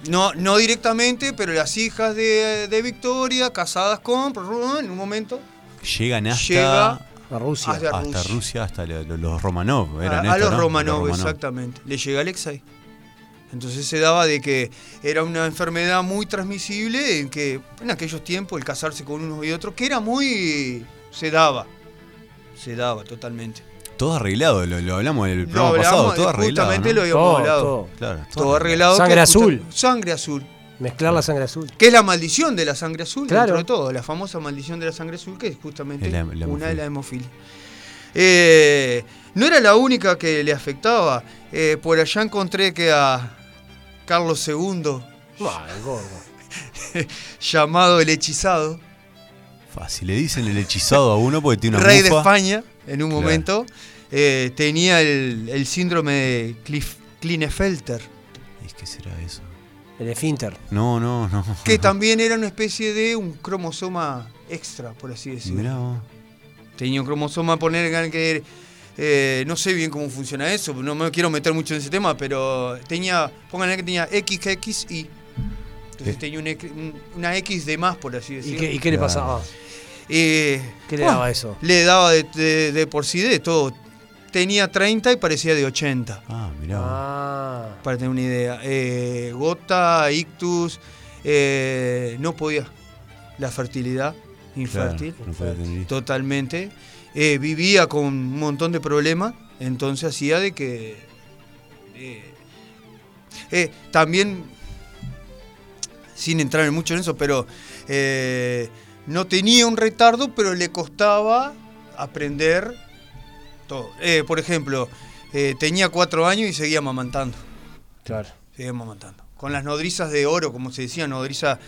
D: No, no directamente, pero las hijas de, de Victoria, casadas con, en un momento,
B: Llegan hasta.
D: llega
C: A Rusia.
D: Hasta- a
B: hasta
D: Rusia.
B: Rusia, hasta lo- lo- los Romanov.
D: a,
B: Eran
D: a
B: estos,
D: los
B: ¿no?
D: Romanov, exactamente. Le llega Alexei. Entonces se daba de que era una enfermedad muy transmisible, en que en aquellos tiempos el casarse con unos y otros, que era muy. se daba. Se daba totalmente.
B: Todo arreglado, lo, lo hablamos en el programa
D: lo
B: pasado,
D: hablamos,
B: todo arreglado.
D: Justamente
B: ¿no?
D: lo habíamos
C: Todo,
D: hablado.
C: todo.
B: Claro,
D: Todo arreglado.
C: Sangre
D: que
C: azul.
D: Sangre azul.
C: Mezclar la sangre azul.
D: Que es la maldición de la sangre azul,
C: Claro.
D: dentro de todo. La famosa maldición de la sangre azul, que es justamente
B: Es la- la
D: una
B: hemofilia.
D: de la hemofilia. Eh, no era la única que le afectaba. Eh, por allá encontré que a Carlos II,
C: Buah, el gordo.
D: llamado el hechizado,
B: Fácil, le dicen el hechizado a uno porque tiene una
D: rey de
B: mufa.
D: España, en un
B: Claro.
D: momento, eh, tenía el, el síndrome de Clif- Klinefelter.
B: ¿Y qué será eso?
C: El esfínter.
B: No, no, no.
D: que también era una especie de un cromosoma extra, por así decirlo.
B: Mirá vos.
D: Tenía un cromosoma, poner que eh, no sé bien cómo funciona eso, no me quiero meter mucho en ese tema, pero tenía, pónganle que tenía XX y entonces
B: Eh.
D: tenía un X- un- una X de más, por así
C: ¿Y
D: decirlo.
C: qué, y qué le
B: Claro.
C: pasaba?
D: Eh,
C: ¿Qué le
D: bueno,
C: daba eso?
D: Le daba de, de- de por sí de todo. Tenía 30 y parecía de 80,
B: Ah, mirá vos.
C: Ah.
D: para tener una idea. Eh, gota, ictus, eh, no podía. La fertilidad,
B: Claro,
D: infértil.
B: no podía tener hijos.
D: Totalmente. Eh, vivía con un montón de problemas, entonces hacía de que... eh, eh, también, sin entrar en mucho en eso, pero eh, no tenía un retardo, pero le costaba aprender todo. Eh, por ejemplo, eh, tenía cuatro años y seguía amamantando.
C: Claro.
D: Seguía amamantando. Con las nodrizas de oro, como se decía, nodrizas...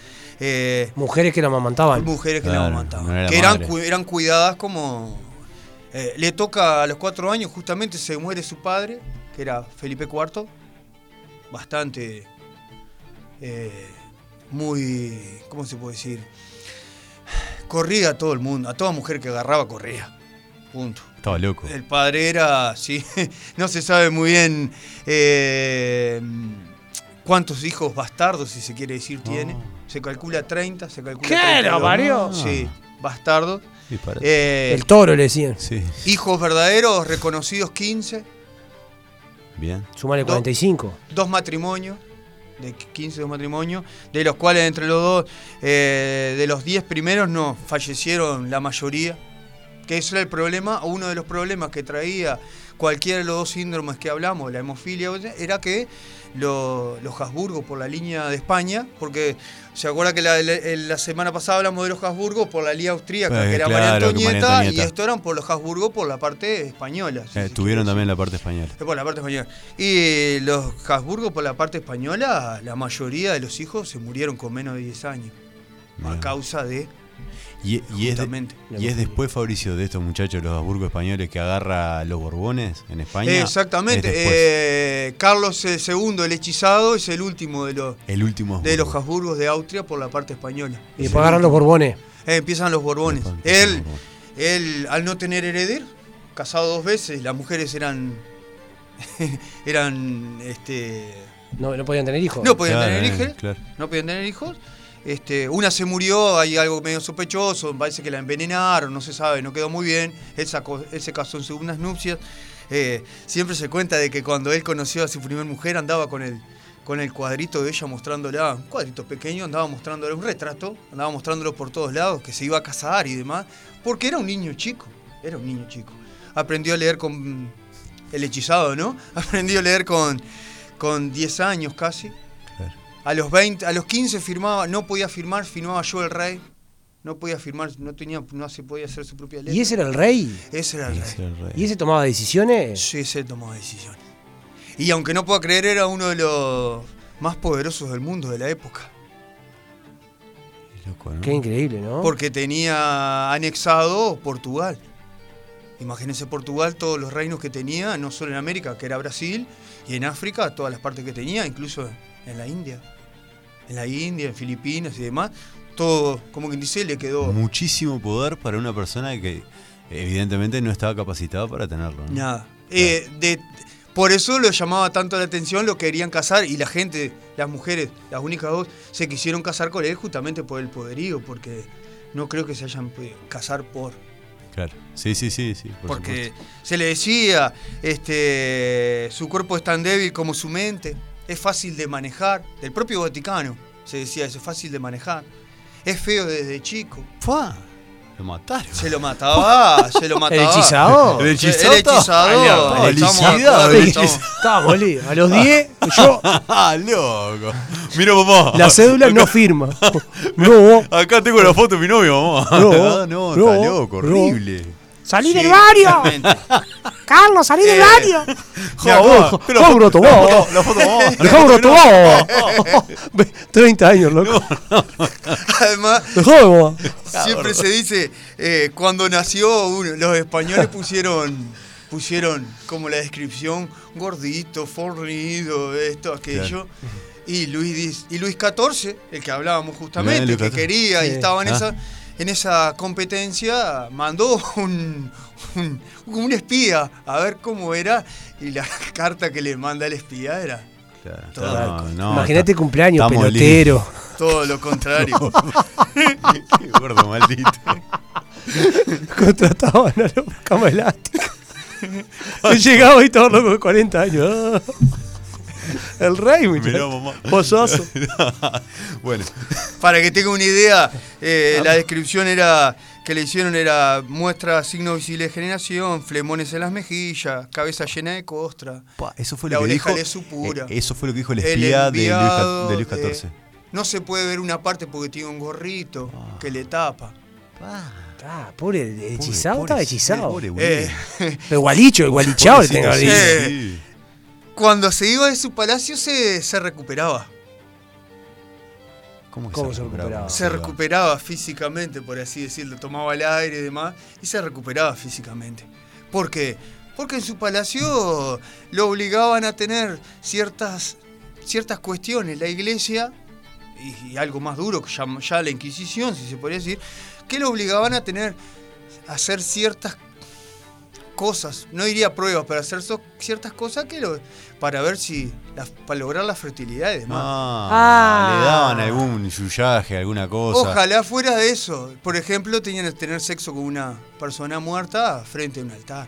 D: eh,
C: Mujeres que la amamantaban.
D: Mujeres que
B: Claro,
D: la mataban.
B: no era la
D: que eran,
B: madre.
D: cu- eran cuidadas como. eh, le toca a los cuatro años, justamente se muere su padre, que era Felipe IV. Bastante. eh, muy. ¿Cómo se puede decir? Corría a todo el mundo, a toda mujer que agarraba corría. Punto.
B: Estaba loco.
D: El padre era, sí, <laughs> no se sabe muy bien eh, cuántos hijos bastardos, si se quiere decir, tiene. Se calcula 30, se calcula.
C: ¿Qué? ¿Lo
D: 32.
C: parió?
D: Sí, bastardos.
B: Disparate.
D: Eh,
C: El toro le decían.
B: Sí,
D: hijos verdaderos, reconocidos 15,
B: bien.
C: Sumale
D: No.
C: 45.
D: dos matrimonios, de 15 dos matrimonios, de los cuales entre los dos, eh, de los 10 primeros, no, fallecieron la mayoría. Que eso era el problema, o uno de los problemas que traía cualquiera de los dos síndromes que hablamos, la hemofilia, o sea, era que lo- los Habsburgo por la línea de España, porque se acuerda que la, la- la semana pasada hablamos de los Habsburgo por la línea austríaca,
B: Eh,
D: que era
B: claro, que
D: María,
B: María
D: Antonieta, y
B: Antonieta.
D: esto eran por los Habsburgo por la parte española.
B: Eh,
D: si se quiere
B: tuvieron
D: decir.
B: también la parte española.
D: Es por la parte española. Y eh, los Habsburgo, por la parte española, la mayoría de los hijos se murieron con menos de 10 años.
B: Bien.
D: A causa de.
B: Y, y es de-
D: Justamente.
B: y es después, Fabricio, de estos muchachos, los Habsburgo españoles, que agarra a los Borbones en España.
D: Exactamente.
B: es después.
D: eh, Carlos II, el hechizado, es el último de los,
B: el último
D: de los
B: Habsburgo.
D: Habsburgos de Austria por la parte española.
C: Y después agarran los borbones.
D: Eh, empiezan los Borbones.
B: Después empiezan
D: Él,
B: los Borbones.
D: él, al no tener hereder, casado dos veces, las mujeres eran. <laughs> eran. este
C: No, no podían tener hijos.
D: No podían
B: Claro,
D: tener
B: eh,
D: hijos.
B: claro.
D: No podían tener hijos. Este, una se murió, hay algo medio sospechoso, parece que la envenenaron, no se sabe, no quedó muy bien. Él, sacó, él se casó en segundas nupcias. Eh, siempre se cuenta de que cuando él conoció a su primer mujer andaba con el, con el cuadrito de ella mostrándola, un cuadrito pequeño, andaba mostrándola un retrato, andaba mostrándolo por todos lados, que se iba a casar y demás, porque era un niño chico, era un niño chico. Aprendió a leer con el hechizado, ¿no? <laughs> Aprendió a leer con, con 10 años casi. A los 20, a los 15 firmaba, no podía firmar, firmaba yo el rey. No podía firmar, no tenía, no se podía hacer su propia letra.
C: Y ese era el rey.
D: Ese era el
B: Ese
D: rey.
B: era el rey.
C: Y ese tomaba decisiones.
D: Sí, ese tomó decisiones. Y aunque no pueda creer, era uno de los más poderosos del mundo de la época.
B: Qué loco, ¿no?
C: Qué increíble, ¿no?
D: Porque tenía anexado Portugal. Imagínense Portugal, todos los reinos que tenía, no solo en América, que era Brasil, y en África, todas las partes que tenía, incluso en la India. En la India, en Filipinas y demás. Todo, como quien dice, le quedó
B: Muchísimo poder para una persona que evidentemente no estaba capacitada para tenerlo. ¿no?
D: nada. Eh, de- por eso lo llamaba tanto la atención, lo querían casar y la gente, las mujeres, las únicas dos, se quisieron casar con él justamente por el poderío, porque no creo que se hayan podido casar por...
B: Claro. Sí, sí, sí, sí. por
D: porque
B: supuesto.
D: se le decía, este, su cuerpo es tan débil como su mente, es fácil de manejar, del propio Vaticano se decía eso, es fácil de manejar, es feo desde chico,
B: ¡Fua! Lo mataron. <laughs>
D: se lo mataba, se lo
C: ¿El
D: mataba.
C: hechizado?
B: El
D: Sí,
B: hechizado.
D: El hechizado.
B: Ay, la
D: estamos de
B: felicidad,
C: <laughs>
D: acuerdo,
B: el
D: estamos-
C: Estaba molido. A los 10, yo,
B: ¡Ah, loco! Mira, papá.
C: la cédula no
D: <laughs>
C: firma. No,
B: Acá tengo la foto de mi novio, mamá. <laughs>
C: No,
B: Ah, no, está
C: no,
B: loco,
C: no.
B: horrible.
C: ¡Salí
D: Sí,
C: del barrio!
D: totalmente.
C: ¡Carlos, salí del
D: Eh,
B: <laughs>
C: barrio!
B: Mirá,
C: vos,
B: papá,
C: vos, broto,
B: la
C: vos.
B: foto- la foto, mamá.
C: Dejá un rato
B: <laughs>
C: vos. Ve, 30 años, loco.
D: Además,
C: Dejá vos.
D: siempre se dice, eh, cuando nació uno, los españoles pusieron, pusieron como la descripción, gordito, fornido, esto, aquello. Y Luis, Diz- y Luis XIV, el que hablábamos
B: Mirá,
D: justamente,
B: Luis
D: que
B: XIV.
D: quería y
C: Sí.
D: estaba en
B: Ah.
D: esa... En esa competencia mandó un, un, un espía a ver cómo era y la <laughs> carta que le manda el espía era
B: Claro,
D: Todo
B: está-
D: loco.
B: no,
C: Imagínate
B: está-
C: cumpleaños,
B: está molido.
C: pelotero. <laughs>
D: todo lo contrario.
B: <laughs> Qué gordo maldito. <laughs>
C: Contrataban a los
B: <laughs>
C: cama elástica. Yo llegaba y estaba loco de 40 años. <laughs> Ah. El rey,
B: Mirá,
C: muchacho.
B: mamá.
C: Pozoso.
B: <laughs> bueno,
D: Para que tenga una idea,
B: Ah.
D: eh, la descripción era que le hicieron era muestra signo visible de generación, flemones en las mejillas, cabeza llena de costra.
B: pa, eso fue
D: La
B: lo que
D: oreja
B: dijo.
D: le supura.
B: eh, eso fue lo que dijo el
D: el
B: espía de Luis ca-
D: enviado
B: de Luis
D: de-
B: XIV.
D: no se puede ver una parte porque tiene un gorrito que le tapa.
C: Ah, pobre, el hechizado estaba hechizado.
B: Pobre,
D: Eh,
C: Pero gualicho, el gualichao le tengo
B: sí,
C: ahí.
D: Eh,
B: sí.
D: cuando se iba de su palacio se, se recuperaba.
B: que
C: ¿Cómo se
B: Ah,
C: recuperaba?
D: Se recuperaba físicamente, por así decirlo. Tomaba el aire y demás. Y se recuperaba físicamente. ¿Por qué? Porque en su palacio lo obligaban a tener ciertas, ciertas cuestiones. La iglesia, y, y algo más duro, que ya, ya la Inquisición, si se podría decir, que lo obligaban a tener, a hacer ciertas cosas, no diría pruebas, pero hacer so- ciertas cosas que lo- para ver si, las- para lograr la fertilidad y demás.
B: Ah,
C: Ah.
B: le daban algún yuyaje, alguna cosa.
D: Ojalá fuera de eso. Por ejemplo, tenían que tener sexo con una persona muerta frente a un altar.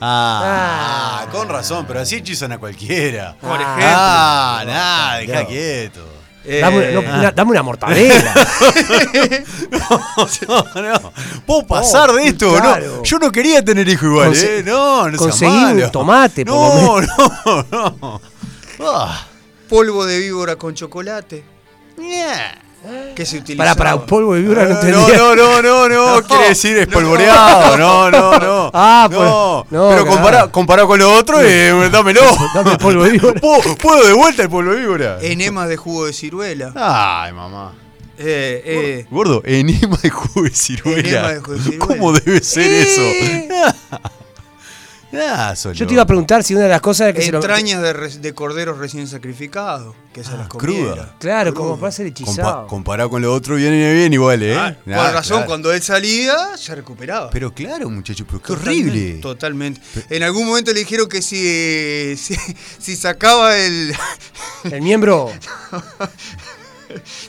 B: Ah,
C: Ah.
B: con razón, pero así hechizan a cualquiera.
D: Por
C: Ah.
D: ejemplo.
B: Ah, nada, dejá
C: claro.
B: quieto.
C: Dame,
D: Eh,
B: ah.
C: no, una, dame
B: <laughs>
C: una mortadela.
B: No, no. ¿Puedo pasar de esto? No,
C: Oh, claro.
B: yo no quería tener hijo igual,
C: Conse-
B: ¿eh? No, no seas
C: conseguí un
B: malo.
C: tomate, por
B: no,
C: lo
B: <laughs> No, no, Ah,
D: polvo de víbora con chocolate
B: yeah.
D: que se utiliza.
C: para, para polvo de vibra no
B: Ah, no,
C: entendía.
B: no, no, no,
C: <laughs>
B: no, quiere decir espolvoreado, no, no, no.
C: Ah, pues,
B: no.
C: no,
B: pero
C: claro.
B: comparado, comparado con lo otro, eh, dámelo.
C: <laughs> Dame polvo de
B: <laughs>
C: víbora.
B: ¿Puedo, puedo de vuelta el polvo de víbora?
D: Enemas de jugo de ciruela.
B: Ah. Ay, mamá.
D: Eh, eh,
B: Gordo, enema de jugo de ciruela.
D: Enema de jugo de ciruela.
B: ¿Cómo debe ser
C: Eh.
B: eso? <laughs> Ah, Solón.
C: Yo te iba a preguntar si una de las cosas es que se lo-
D: entrañas de, res- de corderos recién sacrificados. Que se las
B: Ah, cruda.
D: comieron.
C: Claro, como para ser
B: Compa-
C: hechizado.
B: comparado con lo otro, viene bien igual, ¿eh?
D: Ah,
B: Nah,
D: Con razón,
B: claro.
D: cuando él salía, se recuperaba.
B: Pero claro, muchachos, pero qué
D: Totalmente,
B: horrible.
D: Totalmente. En algún momento le dijeron que si, <laughs> si, si sacaba el
B: <laughs>
C: El miembro.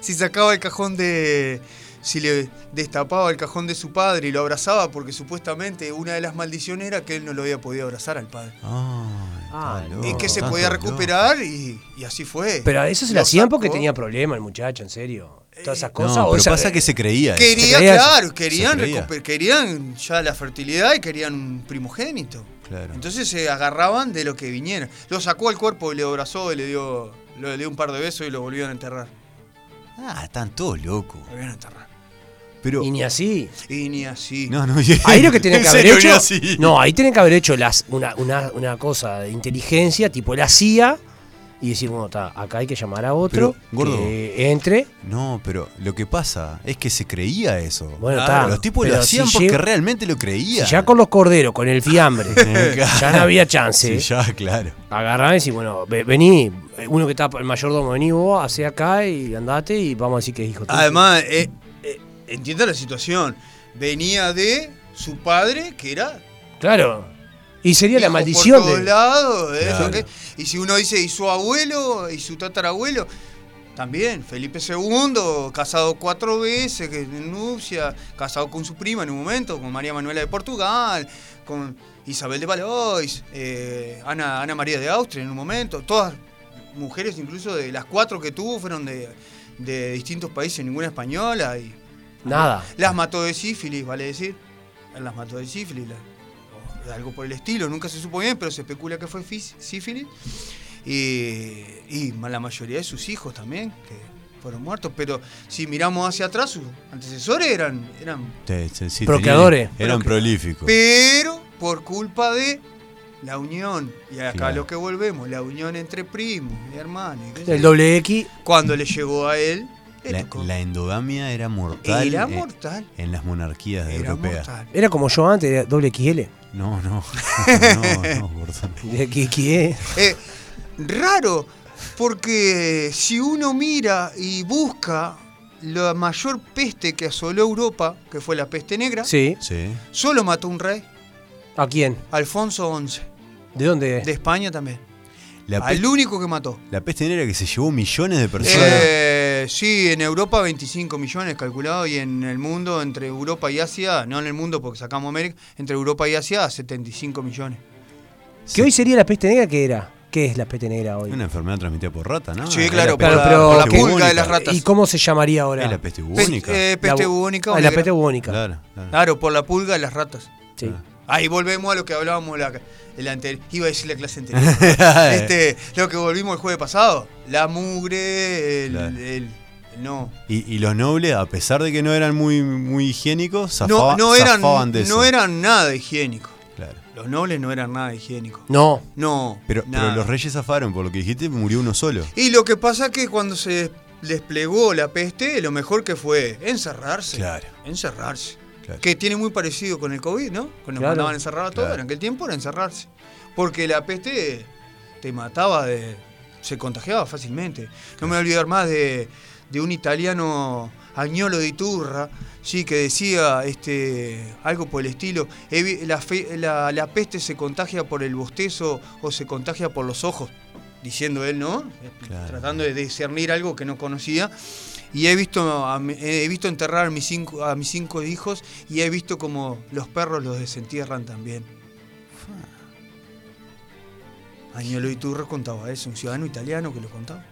D: si sacaba el cajón de si le destapaba el cajón de su padre y lo abrazaba porque supuestamente una de las maldiciones era que él no lo había podido abrazar al padre.
C: Ah, no.
D: y que se
B: Oh, tanto
D: podía
B: dolor.
D: recuperar y, y así fue.
C: Pero a eso se
D: Lo
C: lo hacían porque
D: sacó.
C: tenía problemas el muchacho, en serio. Todas esas
B: Eh, No,
C: cosas. o
B: pero
C: esa-
B: pasa que se creía. eso.
D: Quería,
C: creía-
D: claro, querían,
B: se creía.
D: recuper- querían ya la fertilidad y querían un primogénito.
B: Claro.
D: Entonces se agarraban de lo que viniera. Lo sacó al cuerpo y le abrazó y le dio, le dio un par de besos y lo volvieron a enterrar.
B: Ah, están todos locos.
D: Lo volvieron a enterrar.
B: Pero.
C: Y ni así.
D: Y ni así.
B: No, no,
C: Ahí lo que tienen
B: <laughs> en
C: que haber
B: serio,
C: hecho.
B: ni así.
C: No, ahí tienen que haber hecho las, una, una, una cosa de inteligencia, tipo la CIA, y decir, bueno, está, acá hay que llamar a otro
B: Pero, gordo.
C: que entre.
B: No, pero lo que pasa es que se creía eso.
C: Bueno, está,
B: Los tipos lo
C: pero
B: hacían
C: si
B: porque
C: llega-
B: realmente lo creían.
C: Si ya con los corderos, con el fiambre,
B: <laughs>
C: ya no había
B: Sí,
C: chance.
B: ya, claro.
C: Agarrá y decís, bueno, ve- vení, uno que está el mayordomo, vení vos, hacé acá y andate y vamos a decir que es hijo tuyo.
D: Además, eh, eh, entienda la situación. Venía de su padre, que era.
C: Claro. Y sería la
D: hijo
C: maldición
D: Por todos
C: de.
D: lados, eh,
B: Claro.
D: ¿ok? Y si uno dice, y su abuelo, y su tatarabuelo. También, Felipe II, casado cuatro veces, que en nupcia, casado con su prima en un momento, con María Manuela de Portugal, con Isabel de Valois, eh, Ana, Ana María de Austria en un momento, todas mujeres incluso de las cuatro que tuvo fueron de, de distintos países, ninguna española, y
C: Nada.
D: las mató de sífilis, vale decir. Él Las mató de sífilis. la- o de algo por el estilo. Nunca se supo bien, pero se especula que fue fis- sífilis. Y, y ma- la mayoría de sus hijos también, que fueron muertos. Pero si miramos hacia atrás, sus antecesores eran... eran
B: Sí, sí, sí,
C: Procreadores.
B: tenían- eran prolíficos.
D: pero por culpa de la unión. Y acá
B: Claro.
D: lo que volvemos, la unión entre primos y hermanos. y qué sé
C: El
D: yo.
C: doble X.
D: Cuando le llegó a él, le
B: La,
D: tocó.
B: la endogamia era mortal,
D: era
B: eh,
D: mortal.
B: en, las monarquías
D: Era
B: europeas.
D: mortal.
C: Era como yo antes, era doble XL.
B: No, no, <laughs> no, no,
C: <laughs>
B: gordo.
C: De que- que-
D: Eh, raro, porque si uno mira y busca la mayor peste que asoló Europa, que fue la peste negra,
C: Sí.
B: Sí.
D: solo mató un rey,
C: ¿A quién?
D: Alfonso XI,
C: ¿De dónde?
D: de España también.
B: Eh. La,
D: Al
B: peste-
D: único que mató.
B: la peste negra que se llevó millones de personas.
D: Eh, sí, en Europa 25 millones calculado y en el mundo, entre Europa y Asia, no en el mundo porque sacamos América, entre Europa y Asia 75 millones.
C: Que hoy sería la peste negra, ¿qué era? ¿Qué es la peste negra hoy?
B: Una enfermedad transmitida por rata, ¿no?
D: Sí,
B: Era
D: claro,
B: la
D: por
B: peste-
D: la-
C: pero-
D: por la
B: peste
D: pulga de
B: bubónica.
D: las ratas.
C: ¿Y cómo se llamaría ahora?
B: Es la peste
D: Pes-
B: bubónica.
D: eh, peste
C: bu-
D: bubónica.
C: Ah,
D: o
C: la
D: negra.
C: peste bubónica.
B: Claro, Ah. claro.
D: Claro, por la pulga de las ratas.
C: Sí.
D: Ahí volvemos a lo que hablábamos la, el anterior. Iba a decir la
B: <laughs>
D: clase anterior. este, lo que volvimos el jueves pasado. La mugre, el,
B: Claro.
D: el- el no.
B: Y, y los nobles, a pesar de que no eran muy, muy higiénicos,
D: No,
B: zafaban,
D: no eran,
B: zafaban de eso.
D: no eran nada higiénicos.
B: Claro.
D: Los nobles no eran nada higiénicos.
C: No.
D: No.
B: Pero, pero
D: nada.
B: los reyes zafaron, por lo que dijiste, murió uno solo.
D: Y lo que pasa que cuando se desplegó la peste, lo mejor que fue encerrarse.
B: Claro.
D: Encerrarse.
B: Claro.
D: Que tiene muy parecido con el COVID, ¿no? Cuando nos
C: Claro.
D: mandaban encerrar a todos,
B: Claro.
D: en aquel tiempo era encerrarse. Porque la peste te mataba de. se contagiaba fácilmente. No me voy a olvidar más de, de un italiano Añolo de Iturra, sí, que decía este, algo por el estilo, "Evi- la, fe- la- la peste se contagia por el bostezo o se contagia por los ojos, diciendo él, ¿no? Tratando de discernir algo que no conocía. Y he visto, a mi- he visto enterrar a mis, cinco, a mis cinco hijos y he visto como los perros los desentierran también. Agnolo Iturra contaba eso, un ciudadano italiano que lo contaba.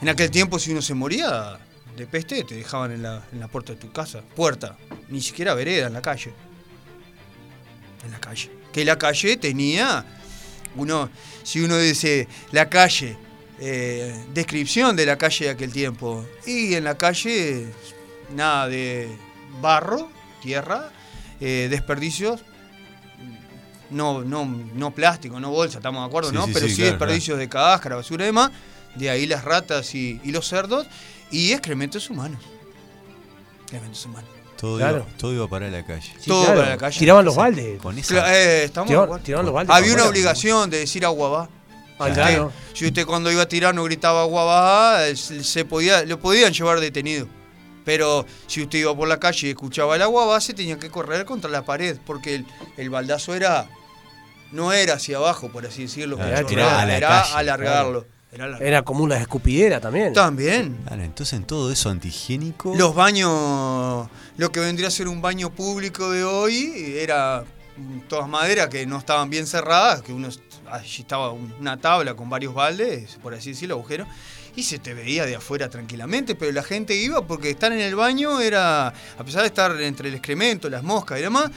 D: En aquel tiempo, si uno se moría de peste, te dejaban en la, en la puerta de tu casa. Puerta, ni siquiera vereda, en la calle. En la calle. Que la calle tenía. Uno, si uno dice la calle, eh, descripción de la calle de aquel tiempo. Y en la calle, nada de barro, tierra, eh, desperdicios. No, no, no plástico, no bolsa, estamos de acuerdo,
B: Sí,
D: ¿no?
B: sí,
D: Pero
B: sí,
D: sí,
B: claro,
D: desperdicios de cáscara, basura y demás. De ahí las ratas y, y los cerdos. Y excrementos humanos. Excrementos humanos.
B: Todo,
C: Claro.
B: iba, todo iba para la calle.
C: Sí,
D: Todo
C: claro.
D: para la calle.
C: Tiraban los baldes.
B: Con esa.
D: Cla- eh, estamos de
C: Tiraban,
D: acuerdo.
C: tiraban los baldes.
D: Había una
C: Bueno,
D: obligación de decir agua va.
C: Ah,
D: Si
C: claro.
D: usted- si usted cuando iba a tirar no gritaba agua va, eh, se se podía, lo podían llevar detenido. Pero si usted iba por la calle y escuchaba el agua va, se tenía que correr contra la pared, porque el, el baldazo era. No era hacia abajo, por así decirlo. que
B: Era
D: chorreaba,
B: a la
D: era
B: calle,
D: alargarlo. Era alargarlo.
C: Era como una escupidera también.
D: También.
B: Claro, entonces en todo eso antihigiénico.
D: Los baños, lo que vendría a ser un baño público de hoy, era mm, todas maderas que no estaban bien cerradas, que uno allí estaba un- una tabla con varios baldes, por así decirlo, agujeros, y se te veía de afuera tranquilamente, pero la gente iba porque estar en el baño era, a pesar de estar entre el excremento, las moscas y demás,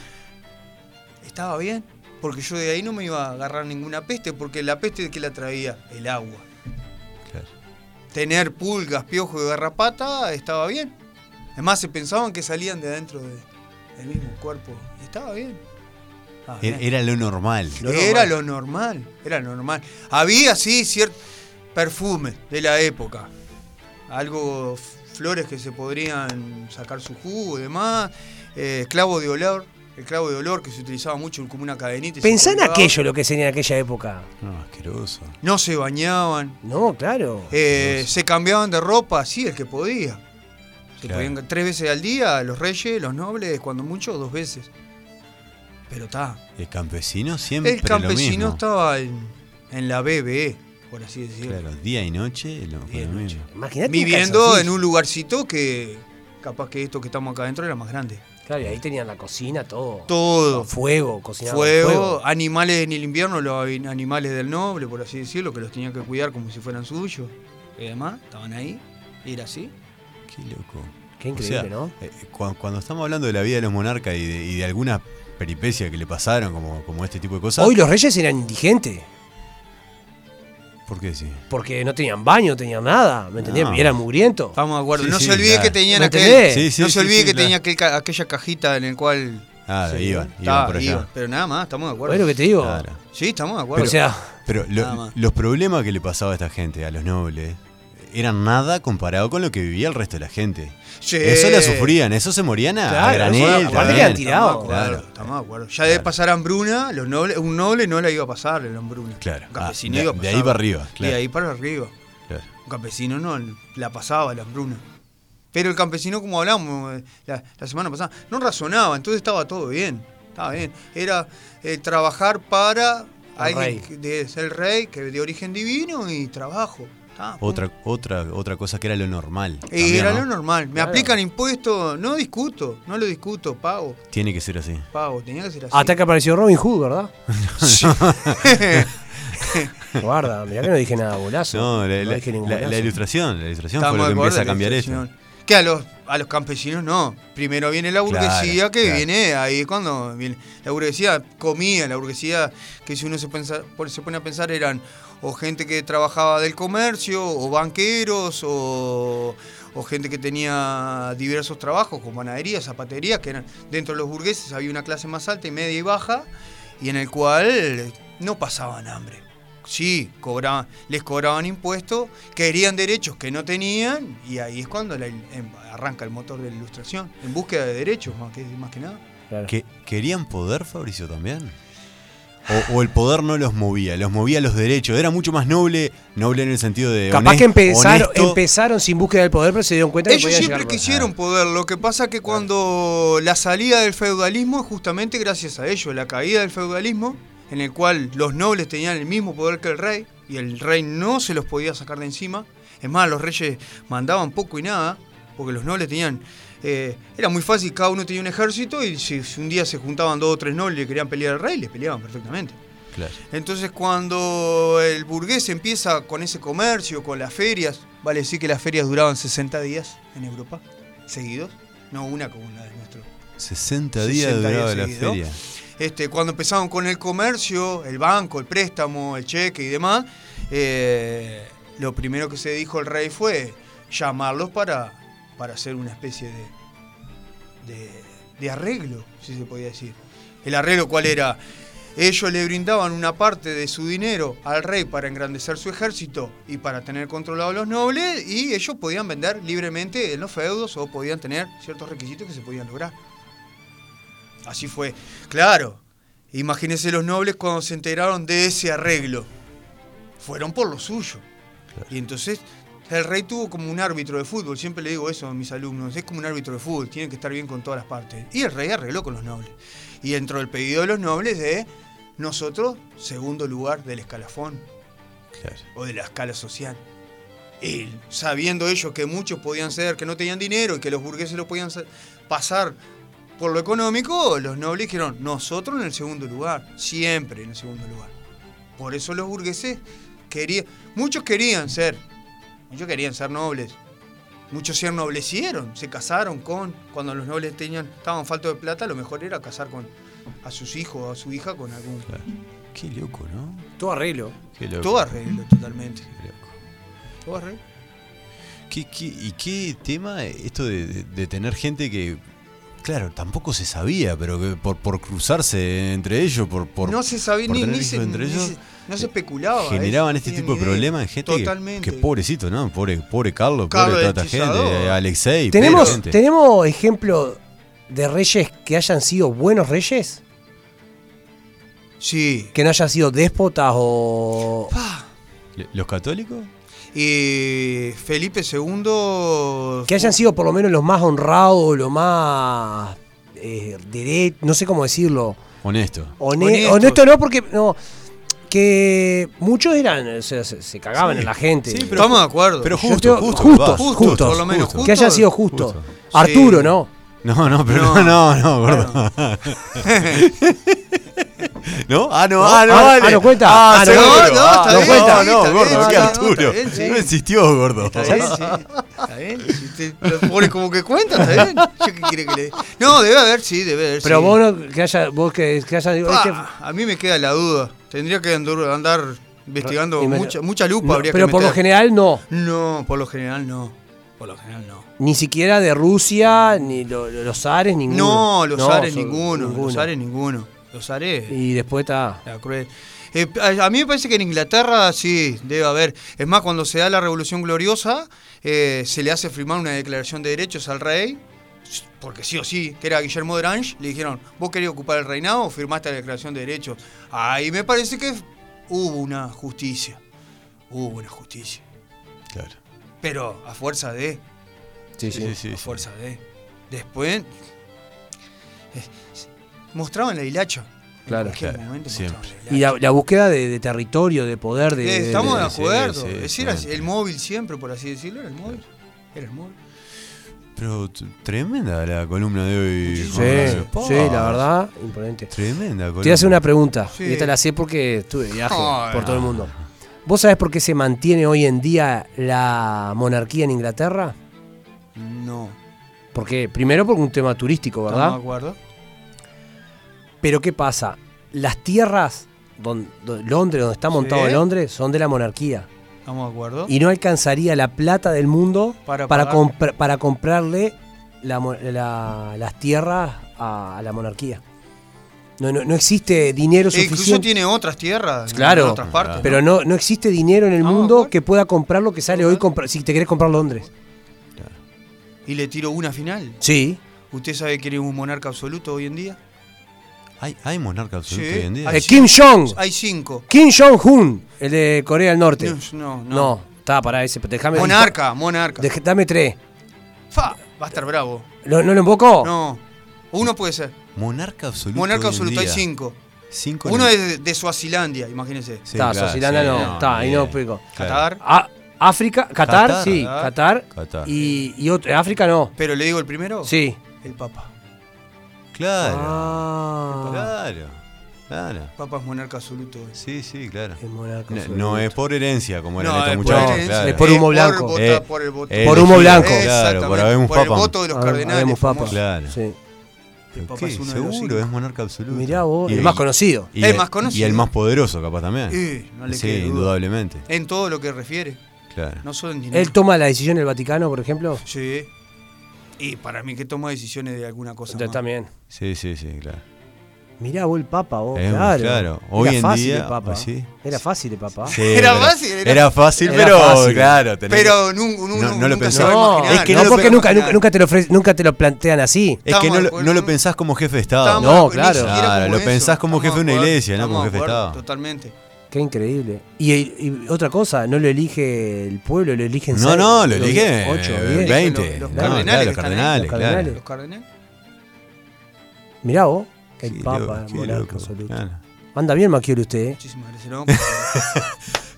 D: estaba bien, porque yo de ahí no me iba a agarrar ninguna peste, porque la peste que la traía el agua.
B: Claro.
D: Tener pulgas, piojos y garrapata estaba bien. Además se pensaban que salían de adentro de- del mismo cuerpo. Y Estaba bien.
C: Ah,
D: Estaba
B: Era,
D: bien.
B: e- era lo normal.
D: Era lo normal, era lo normal. Había sí cierto perfume de la época. Algo f- flores que se podrían sacar su jugo y demás. Eh, clavo de olor, el clavo de olor que se utilizaba mucho como una cadenita. y se
C: Pensá en
D: colgaba.
C: aquello lo que sería en aquella época.
B: No, asqueroso.
D: No se bañaban.
C: No, claro.
D: Eh, se cambiaban de ropa, así el que podía. Se
B: Claro.
D: podían tres veces al día, los reyes, los nobles, cuando mucho, dos veces. Pero está.
B: El campesino siempre.
D: El campesino
B: lo mismo.
D: estaba en, en la BBE, por así decirlo.
B: Claro, día y noche. Lo, con
D: Día y
B: lo
D: noche.
B: mismo.
C: Imaginate un
D: Viviendo
C: calzoncillo.
D: en un lugarcito que capaz que esto que estamos acá adentro era más grande.
C: Claro, y ahí tenían la cocina, todo.
D: Todo.
C: Fuego, cocinaban con
D: Fuego,
C: fuego.
D: animales en el invierno, los avi- animales del noble, por así decirlo, que los tenían que cuidar como si fueran suyos. Y demás, estaban ahí. Y era así.
B: Qué loco.
C: Qué
B: O
C: increíble,
B: sea,
C: ¿no?
B: eh, cuan- cuando estamos hablando de la vida de los monarcas y de, y de alguna peripecia que le pasaron, como, como este tipo de cosas.
C: Hoy los reyes eran indigentes.
B: ¿Por qué sí?
C: Porque no tenían baño, no tenían nada. ¿Me entendés?
B: No.
C: Y eran mugrientos.
D: Estamos de acuerdo.
B: Sí,
D: no
B: sí,
D: se olvide
B: claro.
D: que tenían
C: ¿Me
D: aquel.
C: entendés?
B: Sí, sí,
D: no se
B: sí,
D: olvide
B: sí,
D: que
B: claro.
D: tenía aquel ca- aquella cajita en la cual.
B: Ah, iban, iban
D: estaba,
B: por allá.
D: iban. Pero nada más, estamos de acuerdo.
C: ¿Sabés lo que te digo?
B: Claro.
D: Sí, estamos de acuerdo.
C: o sea,
B: Pero lo-
D: Nada más.
B: los problemas que le pasaba a esta gente, a los nobles, eran nada comparado con lo que vivía el resto de la gente.
D: Sí.
B: Eso la sufrían, eso se morían a, a
C: Claro,
B: granel.
C: bueno, aparte
B: también.
C: que eran
D: Estamos de
C: tirados.
D: acuerdo,
B: Claro.
D: estamos de acuerdo. Ya de pasar hambruna, los nobles, un noble no la iba a pasar la hambruna.
B: Claro.
D: Un campesino
B: Ah, de-
D: iba a
B: de ahí
D: pasar.
B: para arriba, claro.
D: De ahí para arriba.
B: Claro.
D: Un campesino no la pasaba la hambruna. Pero el campesino, como hablamos eh, la, la semana pasada, no razonaba, entonces estaba todo bien. Estaba bien. Era eh, trabajar para alguien
C: rey.
D: que- de ser el rey, que de origen divino y trabajo. Ah, pum.
B: Otra, otra, otra cosa que era lo normal.
D: y
B: también,
D: era
B: ¿no?
D: lo normal. Me aplican impuestos, no discuto, no lo discuto, pago,
B: Tiene que ser así.
D: pago, tenía que ser así.
C: hasta que apareció Robin Hood, ¿verdad?
B: <laughs>
D: <laughs>
C: Guarda, mirá que no dije nada, bolazo.
B: No, la, la-
C: dije ningún
B: la- la
C: bolazo.
B: ilustración, la ilustración fue
D: Estamos
B: lo que
D: de acuerdo
B: empieza a
D: en la
B: cambiar eso.
D: situación. Que a los, a los campesinos no. Primero viene la burguesía, que
B: claro.
D: viene ahí cuando viene. La burguesía comía, la burguesía que si uno se, pensa- por- se pone a pensar eran o gente que trabajaba del comercio, o banqueros, o, o gente que tenía diversos trabajos, como panaderías, zapaterías, que eran dentro de los burgueses había una clase más alta y media y baja, y en el cual no pasaban hambre. Sí, cobraban, les cobraban impuestos, querían derechos que no tenían, y ahí es cuando la il- em- arranca el motor de la ilustración, en búsqueda de derechos más que, más que nada.
C: Claro.
B: Que, ¿Querían poder, Fabricio, también? O, o el poder no los movía, los movía los derechos. Era mucho más noble, noble en el sentido de.
C: Capaz
B: honest-
C: que empezaron,
B: honesto.
C: empezaron sin búsqueda del poder, pero se dieron cuenta que
D: Ellos
C: podían
D: siempre
C: llegar más.
D: quisieron poder, lo que pasa que cuando la salida del feudalismo es justamente gracias a ellos, la caída del feudalismo, en el cual los nobles tenían el mismo poder que el rey y el rey no se los podía sacar de encima. Es más, los reyes mandaban poco y nada, porque los nobles tenían... eh, era muy fácil, cada uno tenía un ejército y si si un día se juntaban dos o tres nobles y querían pelear al rey, les peleaban perfectamente.
B: Claro.
D: Entonces cuando el burgués empieza con ese comercio, con las ferias, vale decir que las ferias duraban 60 días en Europa, seguidos, no una como la de nuestro.
B: 60 días
D: 60 días
B: duraba la
D: seguido.
B: feria.
D: Este, cuando empezaron con el comercio, el banco, el préstamo, el cheque y demás, eh, lo primero que se dijo el rey fue llamarlos para, para hacer una especie de, de, de arreglo, si se podía decir. El arreglo cuál era, ellos le brindaban una parte de su dinero al rey para engrandecer su ejército y para tener controlado a los nobles y ellos podían vender libremente en los feudos o podían tener ciertos requisitos que se podían lograr. Así fue. Claro. Imagínense los nobles cuando se enteraron de ese arreglo. Fueron por lo suyo. Y entonces el rey tuvo como un árbitro de fútbol. Siempre le digo eso a mis alumnos. Es como un árbitro de fútbol. Tiene que estar bien con todas las partes. Y el rey arregló con los nobles. Y dentro del pedido de los nobles es nosotros segundo lugar del escalafón
B: Claro.
D: o de la escala social. Y sabiendo ellos que muchos podían ser, que no tenían dinero y que los burgueses lo podían sa- pasar por lo económico, los nobles dijeron, nosotros en el segundo lugar, siempre en el segundo lugar. Por eso los burgueses querían, muchos querían ser, muchos querían ser nobles. Muchos se ennoblecieron, se casaron con, cuando los nobles tenían, estaban faltos de plata, lo mejor era casar con a sus hijos o a su hija con algún...
B: Qué loco, ¿no?
C: Todo arreglo.
B: Qué loco.
D: Todo arreglo totalmente.
B: Qué loco.
D: Todo arreglo.
B: ¿Qué- qué- y qué tema esto de, de- de tener gente que, claro, tampoco se sabía, pero que por, por cruzarse entre ellos, por, por
D: no se sabía
B: por
D: ni,
B: tener
D: ni
B: hijos
D: se,
B: entre
D: ni
B: ellos,
D: se- no se especulaba.
B: generaban
D: eso,
B: este
D: no
B: tipo de
D: tenían ni idea.
B: problemas en gente que-
D: Totalmente.
B: que, pobrecito, ¿no? Pobre, pobre Carlos,
D: Carlos
B: pobre
D: el
B: toda esta gente,
D: hechizador.
B: Alexei. pobre
C: ¿Tenemos,
B: gente.
C: ¿Tenemos ejemplo de reyes que hayan sido buenos reyes?
D: Sí.
C: Que no hayan sido déspotas o.
D: Pa.
B: ¿Los católicos?
D: Y Felipe II.
C: Que hayan sido por lo menos los más honrados, los más. Eh, dere- no sé cómo decirlo.
B: Honesto.
C: Hone-
D: Honestos.
C: Honesto no, porque. No, que muchos eran. o sea, se, se cagaban en la gente.
B: Sí, pero-
D: Estamos de acuerdo.
B: Pero
C: Yo
B: justo,
C: creo-
B: justo,
C: justos,
B: papá,
C: justos,
B: justo,
D: por lo menos
B: justo.
D: justo.
C: que hayan sido justos.
B: Justo.
C: Arturo,
D: Sí.
C: ¿no?
B: No, no, pero no,
D: No.
B: no, no, gordo. <laughs> ¿No? Ah, no, ah, no,
C: Ah,
B: vale.
C: ah, no cuenta. Ah, no
B: seguro.
C: cuenta.
D: No, no, está
B: no
D: bien,
B: cuenta.
D: sí,
B: No, gordo,
D: está
B: que
D: bien, sí, no,
B: Arturo.
D: está bien, sí.
B: No existió, gordo.
D: Está bien, sí. Está bien. Si te- los pobres como que cuentan, está bien. Yo qué quiere que le No, debe haber, sí, debe haber.
C: Pero
D: sí.
C: vos, no- que haya, vos que, que haya-
D: Pa,
C: este-
D: a mí me queda la duda. Tendría que andar, andar investigando
C: Y me-
D: mucha, mucha lupa.
C: No,
D: habría
C: pero
D: que
C: por lo
D: meter.
C: general no.
D: No, por lo general no. Por lo general no.
C: Ni siquiera de Rusia, ni lo- lo- los Ares, ninguno.
D: No, los Ares
C: so-
D: ninguno, Los Ares ninguno. Los Ares.
C: Y después está.
D: La cruel. Eh, a, a mí me parece que en Inglaterra sí, debe haber. Es más, cuando se da la Revolución Gloriosa, eh, se le hace firmar una declaración de derechos al rey, porque sí o sí, que era Guillermo de Orange, le dijeron, vos querés ocupar el reinado, firmaste la declaración de derechos. Ahí me parece que hubo una justicia, hubo una justicia.
B: Claro.
D: Pero a fuerza de,
B: Sí, sí, sí.
D: a fuerza de. Después, eh, mostraban la hilacha. En
C: Claro,
D: cualquier
B: claro,
D: momento
B: siempre.
D: mostraban la
C: Y la, la búsqueda de, de territorio, de poder, de.
D: eh, estamos de
B: sí,
D: acuerdo.
B: sí,
D: es decir,
B: excelente.
D: el móvil siempre, por así decirlo, era el móvil. Era el móvil.
B: Pero t- tremenda la columna de hoy.
C: Sí,
B: Juan Ignacio. Pa,
C: sí, la verdad, imponente. Te
B: Tremenda columna.
C: voy a hacer una pregunta,
D: Sí.
C: y esta la sé porque estuve de viaje
D: Ay,
C: por todo el mundo. ¿Vos sabés por qué se mantiene hoy en día la monarquía en Inglaterra?
D: No.
C: Porque, primero, por un tema turístico, ¿verdad?
D: Estamos de acuerdo.
C: Pero ¿qué pasa? Las tierras, don- do- Londres, donde está montado
D: Sí.
C: Londres, son de la monarquía.
D: Estamos de acuerdo.
C: Y no alcanzaría la plata del mundo para,
D: Para pagar.
C: compra- para comprarle la mo- la- las tierras a, a la monarquía. No, no, no existe dinero
D: E incluso
C: suficiente.
D: tiene otras tierras.
C: Claro.
D: En otras partes.
C: Pero no, no existe dinero en el
D: Ah,
C: mundo
D: bueno.
C: que pueda comprar lo que sale hoy compra- si te querés comprar Londres.
D: Y le tiro una final.
C: Sí.
D: ¿Usted sabe quién es un monarca absoluto hoy en día?
B: Hay, hay monarca absoluto
D: Sí.
B: hoy en día.
D: Hay
C: Eh, Kim Jong.
D: Hay cinco.
C: Kim Jong-un, el de Corea del Norte.
D: No, no, no.
C: está para ese. Déjame.
D: Monarca, monarca.
C: Dej- dame tres.
D: Fa, va a estar bravo.
C: ¿No, no lo invocó?
D: No. Uno puede ser.
B: Monarca absoluto.
D: Monarca
B: hoy en
D: absoluto, hay
B: día.
D: cinco.
B: Cinco en
D: Uno
B: el-
D: es de Suazilandia, imagínense.
B: Sí,
C: Está,
B: claro,
C: Suazilandia
B: sí,
C: no. Está, ahí
B: bien.
C: no explico.
D: Qatar.
C: Ah, África, Qatar,
B: Qatar,
C: sí, Qatar.
B: Qatar.
C: Y, y otro- África no.
D: Pero le digo el primero.
C: Sí.
D: El Papa.
B: Claro,
C: Ah,
B: claro, claro.
D: Papa es monarca absoluto. hoy.
B: Sí, sí, claro.
C: es monarca
B: No,
C: absoluto.
B: no es por herencia como eran
D: No,
B: estos
D: es
B: muchachos.
D: por herencia.
B: claro.
C: Es por humo blanco.
D: votar
B: Eh,
D: por el voto.
B: eh,
C: Por humo blanco.
B: Claro, por haber un
D: por el
B: papa.
D: voto de los
C: Ah,
D: cardenales.
C: habemos papas.
D: famoso.
B: Claro.
C: Sí.
D: El Papa
B: ¿Qué?
D: es uno de los
B: Seguro,
D: cinco.
B: es monarca absoluto.
C: Mirá vos,
B: Y
C: el más conocido.
B: y
D: El más
B: Y
D: conocido.
B: el más poderoso, capaz también.
D: Eh, no le
B: sí,
D: quede duda.
B: indudablemente.
D: En todo lo que refiere.
B: Claro.
D: No solo en dinero.
C: Él toma la decisión del Vaticano, por ejemplo.
D: Sí. Y para mí que toma decisiones de alguna cosa.
C: Yo
D: más.
C: también.
B: Sí, sí, sí, claro.
C: Mirá vos el Papa, vos.
B: Eh,
C: claro.
B: claro. Hoy
C: Era
B: en
C: fácil
B: día,
C: el Papa.
B: pues sí.
C: Era fácil el Papa.
B: Sí,
D: <laughs> Era
B: pero-
D: fácil, era-
B: Era fácil,
C: Era
B: pero
C: fácil.
B: claro. tenés que-
D: Pero nun- uno
B: no lo
D: nunca se
B: pensaba.
D: va a
C: No,
D: imaginar,
B: es que
C: no,
B: lo
C: porque
D: puede
C: nunca, nunca,
D: imaginar.
C: nunca te lo ofrece- nunca te lo plantean así.
B: Es que
D: Estamos
B: no
D: de
B: lo,
D: acuerdo,
B: no lo
D: ¿no?
B: pensás como jefe de Estado.
D: Estamos
C: No,
D: de acuerdo, ni
C: claro.
D: siquiera
B: Claro,
D: como
B: lo
D: eso.
B: pensás como
D: Estamos
B: jefe de una
D: de acuerdo,
B: iglesia, no como
D: estamos de
B: jefe de
D: acuerdo,
B: Estado.
D: Totalmente.
C: Qué increíble. Y, y otra cosa, no lo elige el pueblo, lo eligen
B: No,
C: seis,
B: no, lo
C: los
B: eligen.
C: ocho,
B: eh,
C: diez.
B: 20.
D: Los- los
B: No,
D: cardenales
B: claro,
D: que
B: los
D: están ahí,
B: cardenales,
C: los
B: claro.
C: cardenales.
D: ¿Los cardenales?
C: Mirá vos, que el
B: Sí,
C: Papa,
B: loco,
C: el
B: qué
C: monarca
B: loco, Ah.
C: absoluto.
B: claro.
C: Anda bien, Maquiolo, usted, ¿eh?
D: Muchísimas gracias. no, por favor.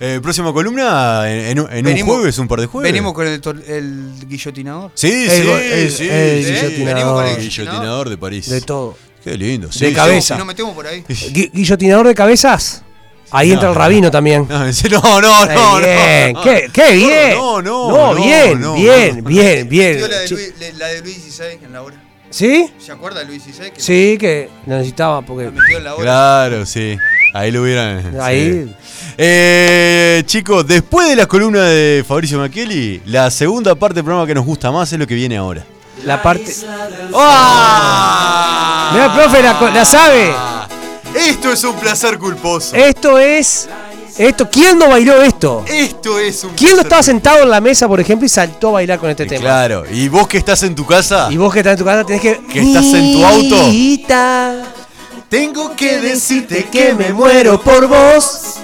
B: Eh, próxima columna, en, en un- en
D: Venimos-
B: un jueves, un par de jueves.
D: Venimos con el, tor- el guillotinador.
B: Sí,
C: El
B: sí,
C: go- el-
B: sí,
C: el
B: sí.
C: guillotinador.
D: Venimos con el
B: El guillotinador de París.
C: De todo.
B: Qué lindo.
C: De
B: sí,
C: cabeza.
D: Si nos metemos por ahí.
C: Gui- guillotinador de cabezas. Ahí
B: No,
C: entra el
B: no,
C: rabino también.
B: No, en serio, no, no,
C: Qué
B: no, no.
C: bien,
B: no.
C: qué, qué bien.
B: No, no, no,
C: bien,
B: no,
C: bien,
B: no.
C: bien, bien.
D: Yo la de
C: Sí.
D: Luis, la- la de Luis XVI en la hora.
C: ¿Sí?
D: ¿Se acuerda de Luis XVI? Que
C: Sí, que lo necesitaba
D: La
C: porque.
D: metió en la hora.
B: Claro, sí. Ahí lo hubieran.
C: Ahí.
B: sí. Eh, chicos, después de la columna de Fabricio Macchielli, la segunda parte del programa que nos gusta más es lo que viene ahora.
C: La parte.
B: ¡Ah!
C: Mirá, profe, la, co- la sabe.
B: Esto es un placer culposo.
C: Esto es. Esto, ¿quién no bailó esto?
B: Esto es un
C: ¿Quién no
B: placer
C: estaba sentado en la mesa, por ejemplo, y saltó a bailar con este
B: culposo.
C: tema?
B: Claro, y vos que estás en tu casa,
C: Y vos que estás en tu casa tenés que.
B: Que estás en tu auto.
C: Amiguita,
B: tengo que decirte
C: que me muero por vos.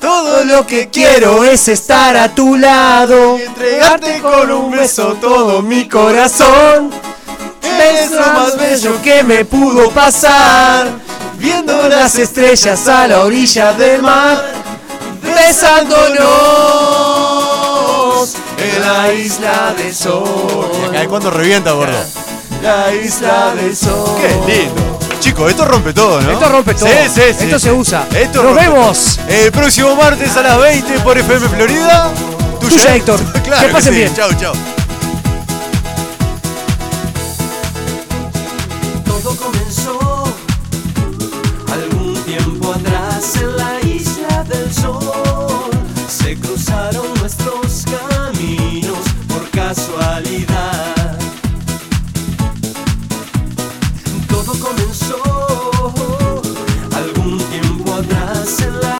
B: todo
C: Todo lo que quiero es estar a tu lado.
B: Y entregarte con un beso todo mi
C: corazón.
B: Es lo más bello
C: que me pudo pasar.
B: Viendo
C: estrellas a la orilla del mar. Besándonos
B: en la isla de
C: sol.
B: Y acá es cuando revienta, gordo.
C: La isla del sol.
B: Qué lindo. Chicos, esto rompe todo, ¿no?
C: Esto rompe todo.
B: Sí, sí, sí.
C: Esto se usa.
B: Esto
C: Nos
B: rompe
C: vemos.
B: todo. El próximo martes a las 20 por FM Florida. Tuya,
C: Tuya,
B: ¿eh?
C: Héctor.
B: <laughs> claro.
C: Que pasen
B: sí.
C: bien.
B: Chau, chau.
H: Todo comenzó algún tiempo atrás en la isla del sol. Se cruzaron nuestros caminos por casualidad. Todo comenzó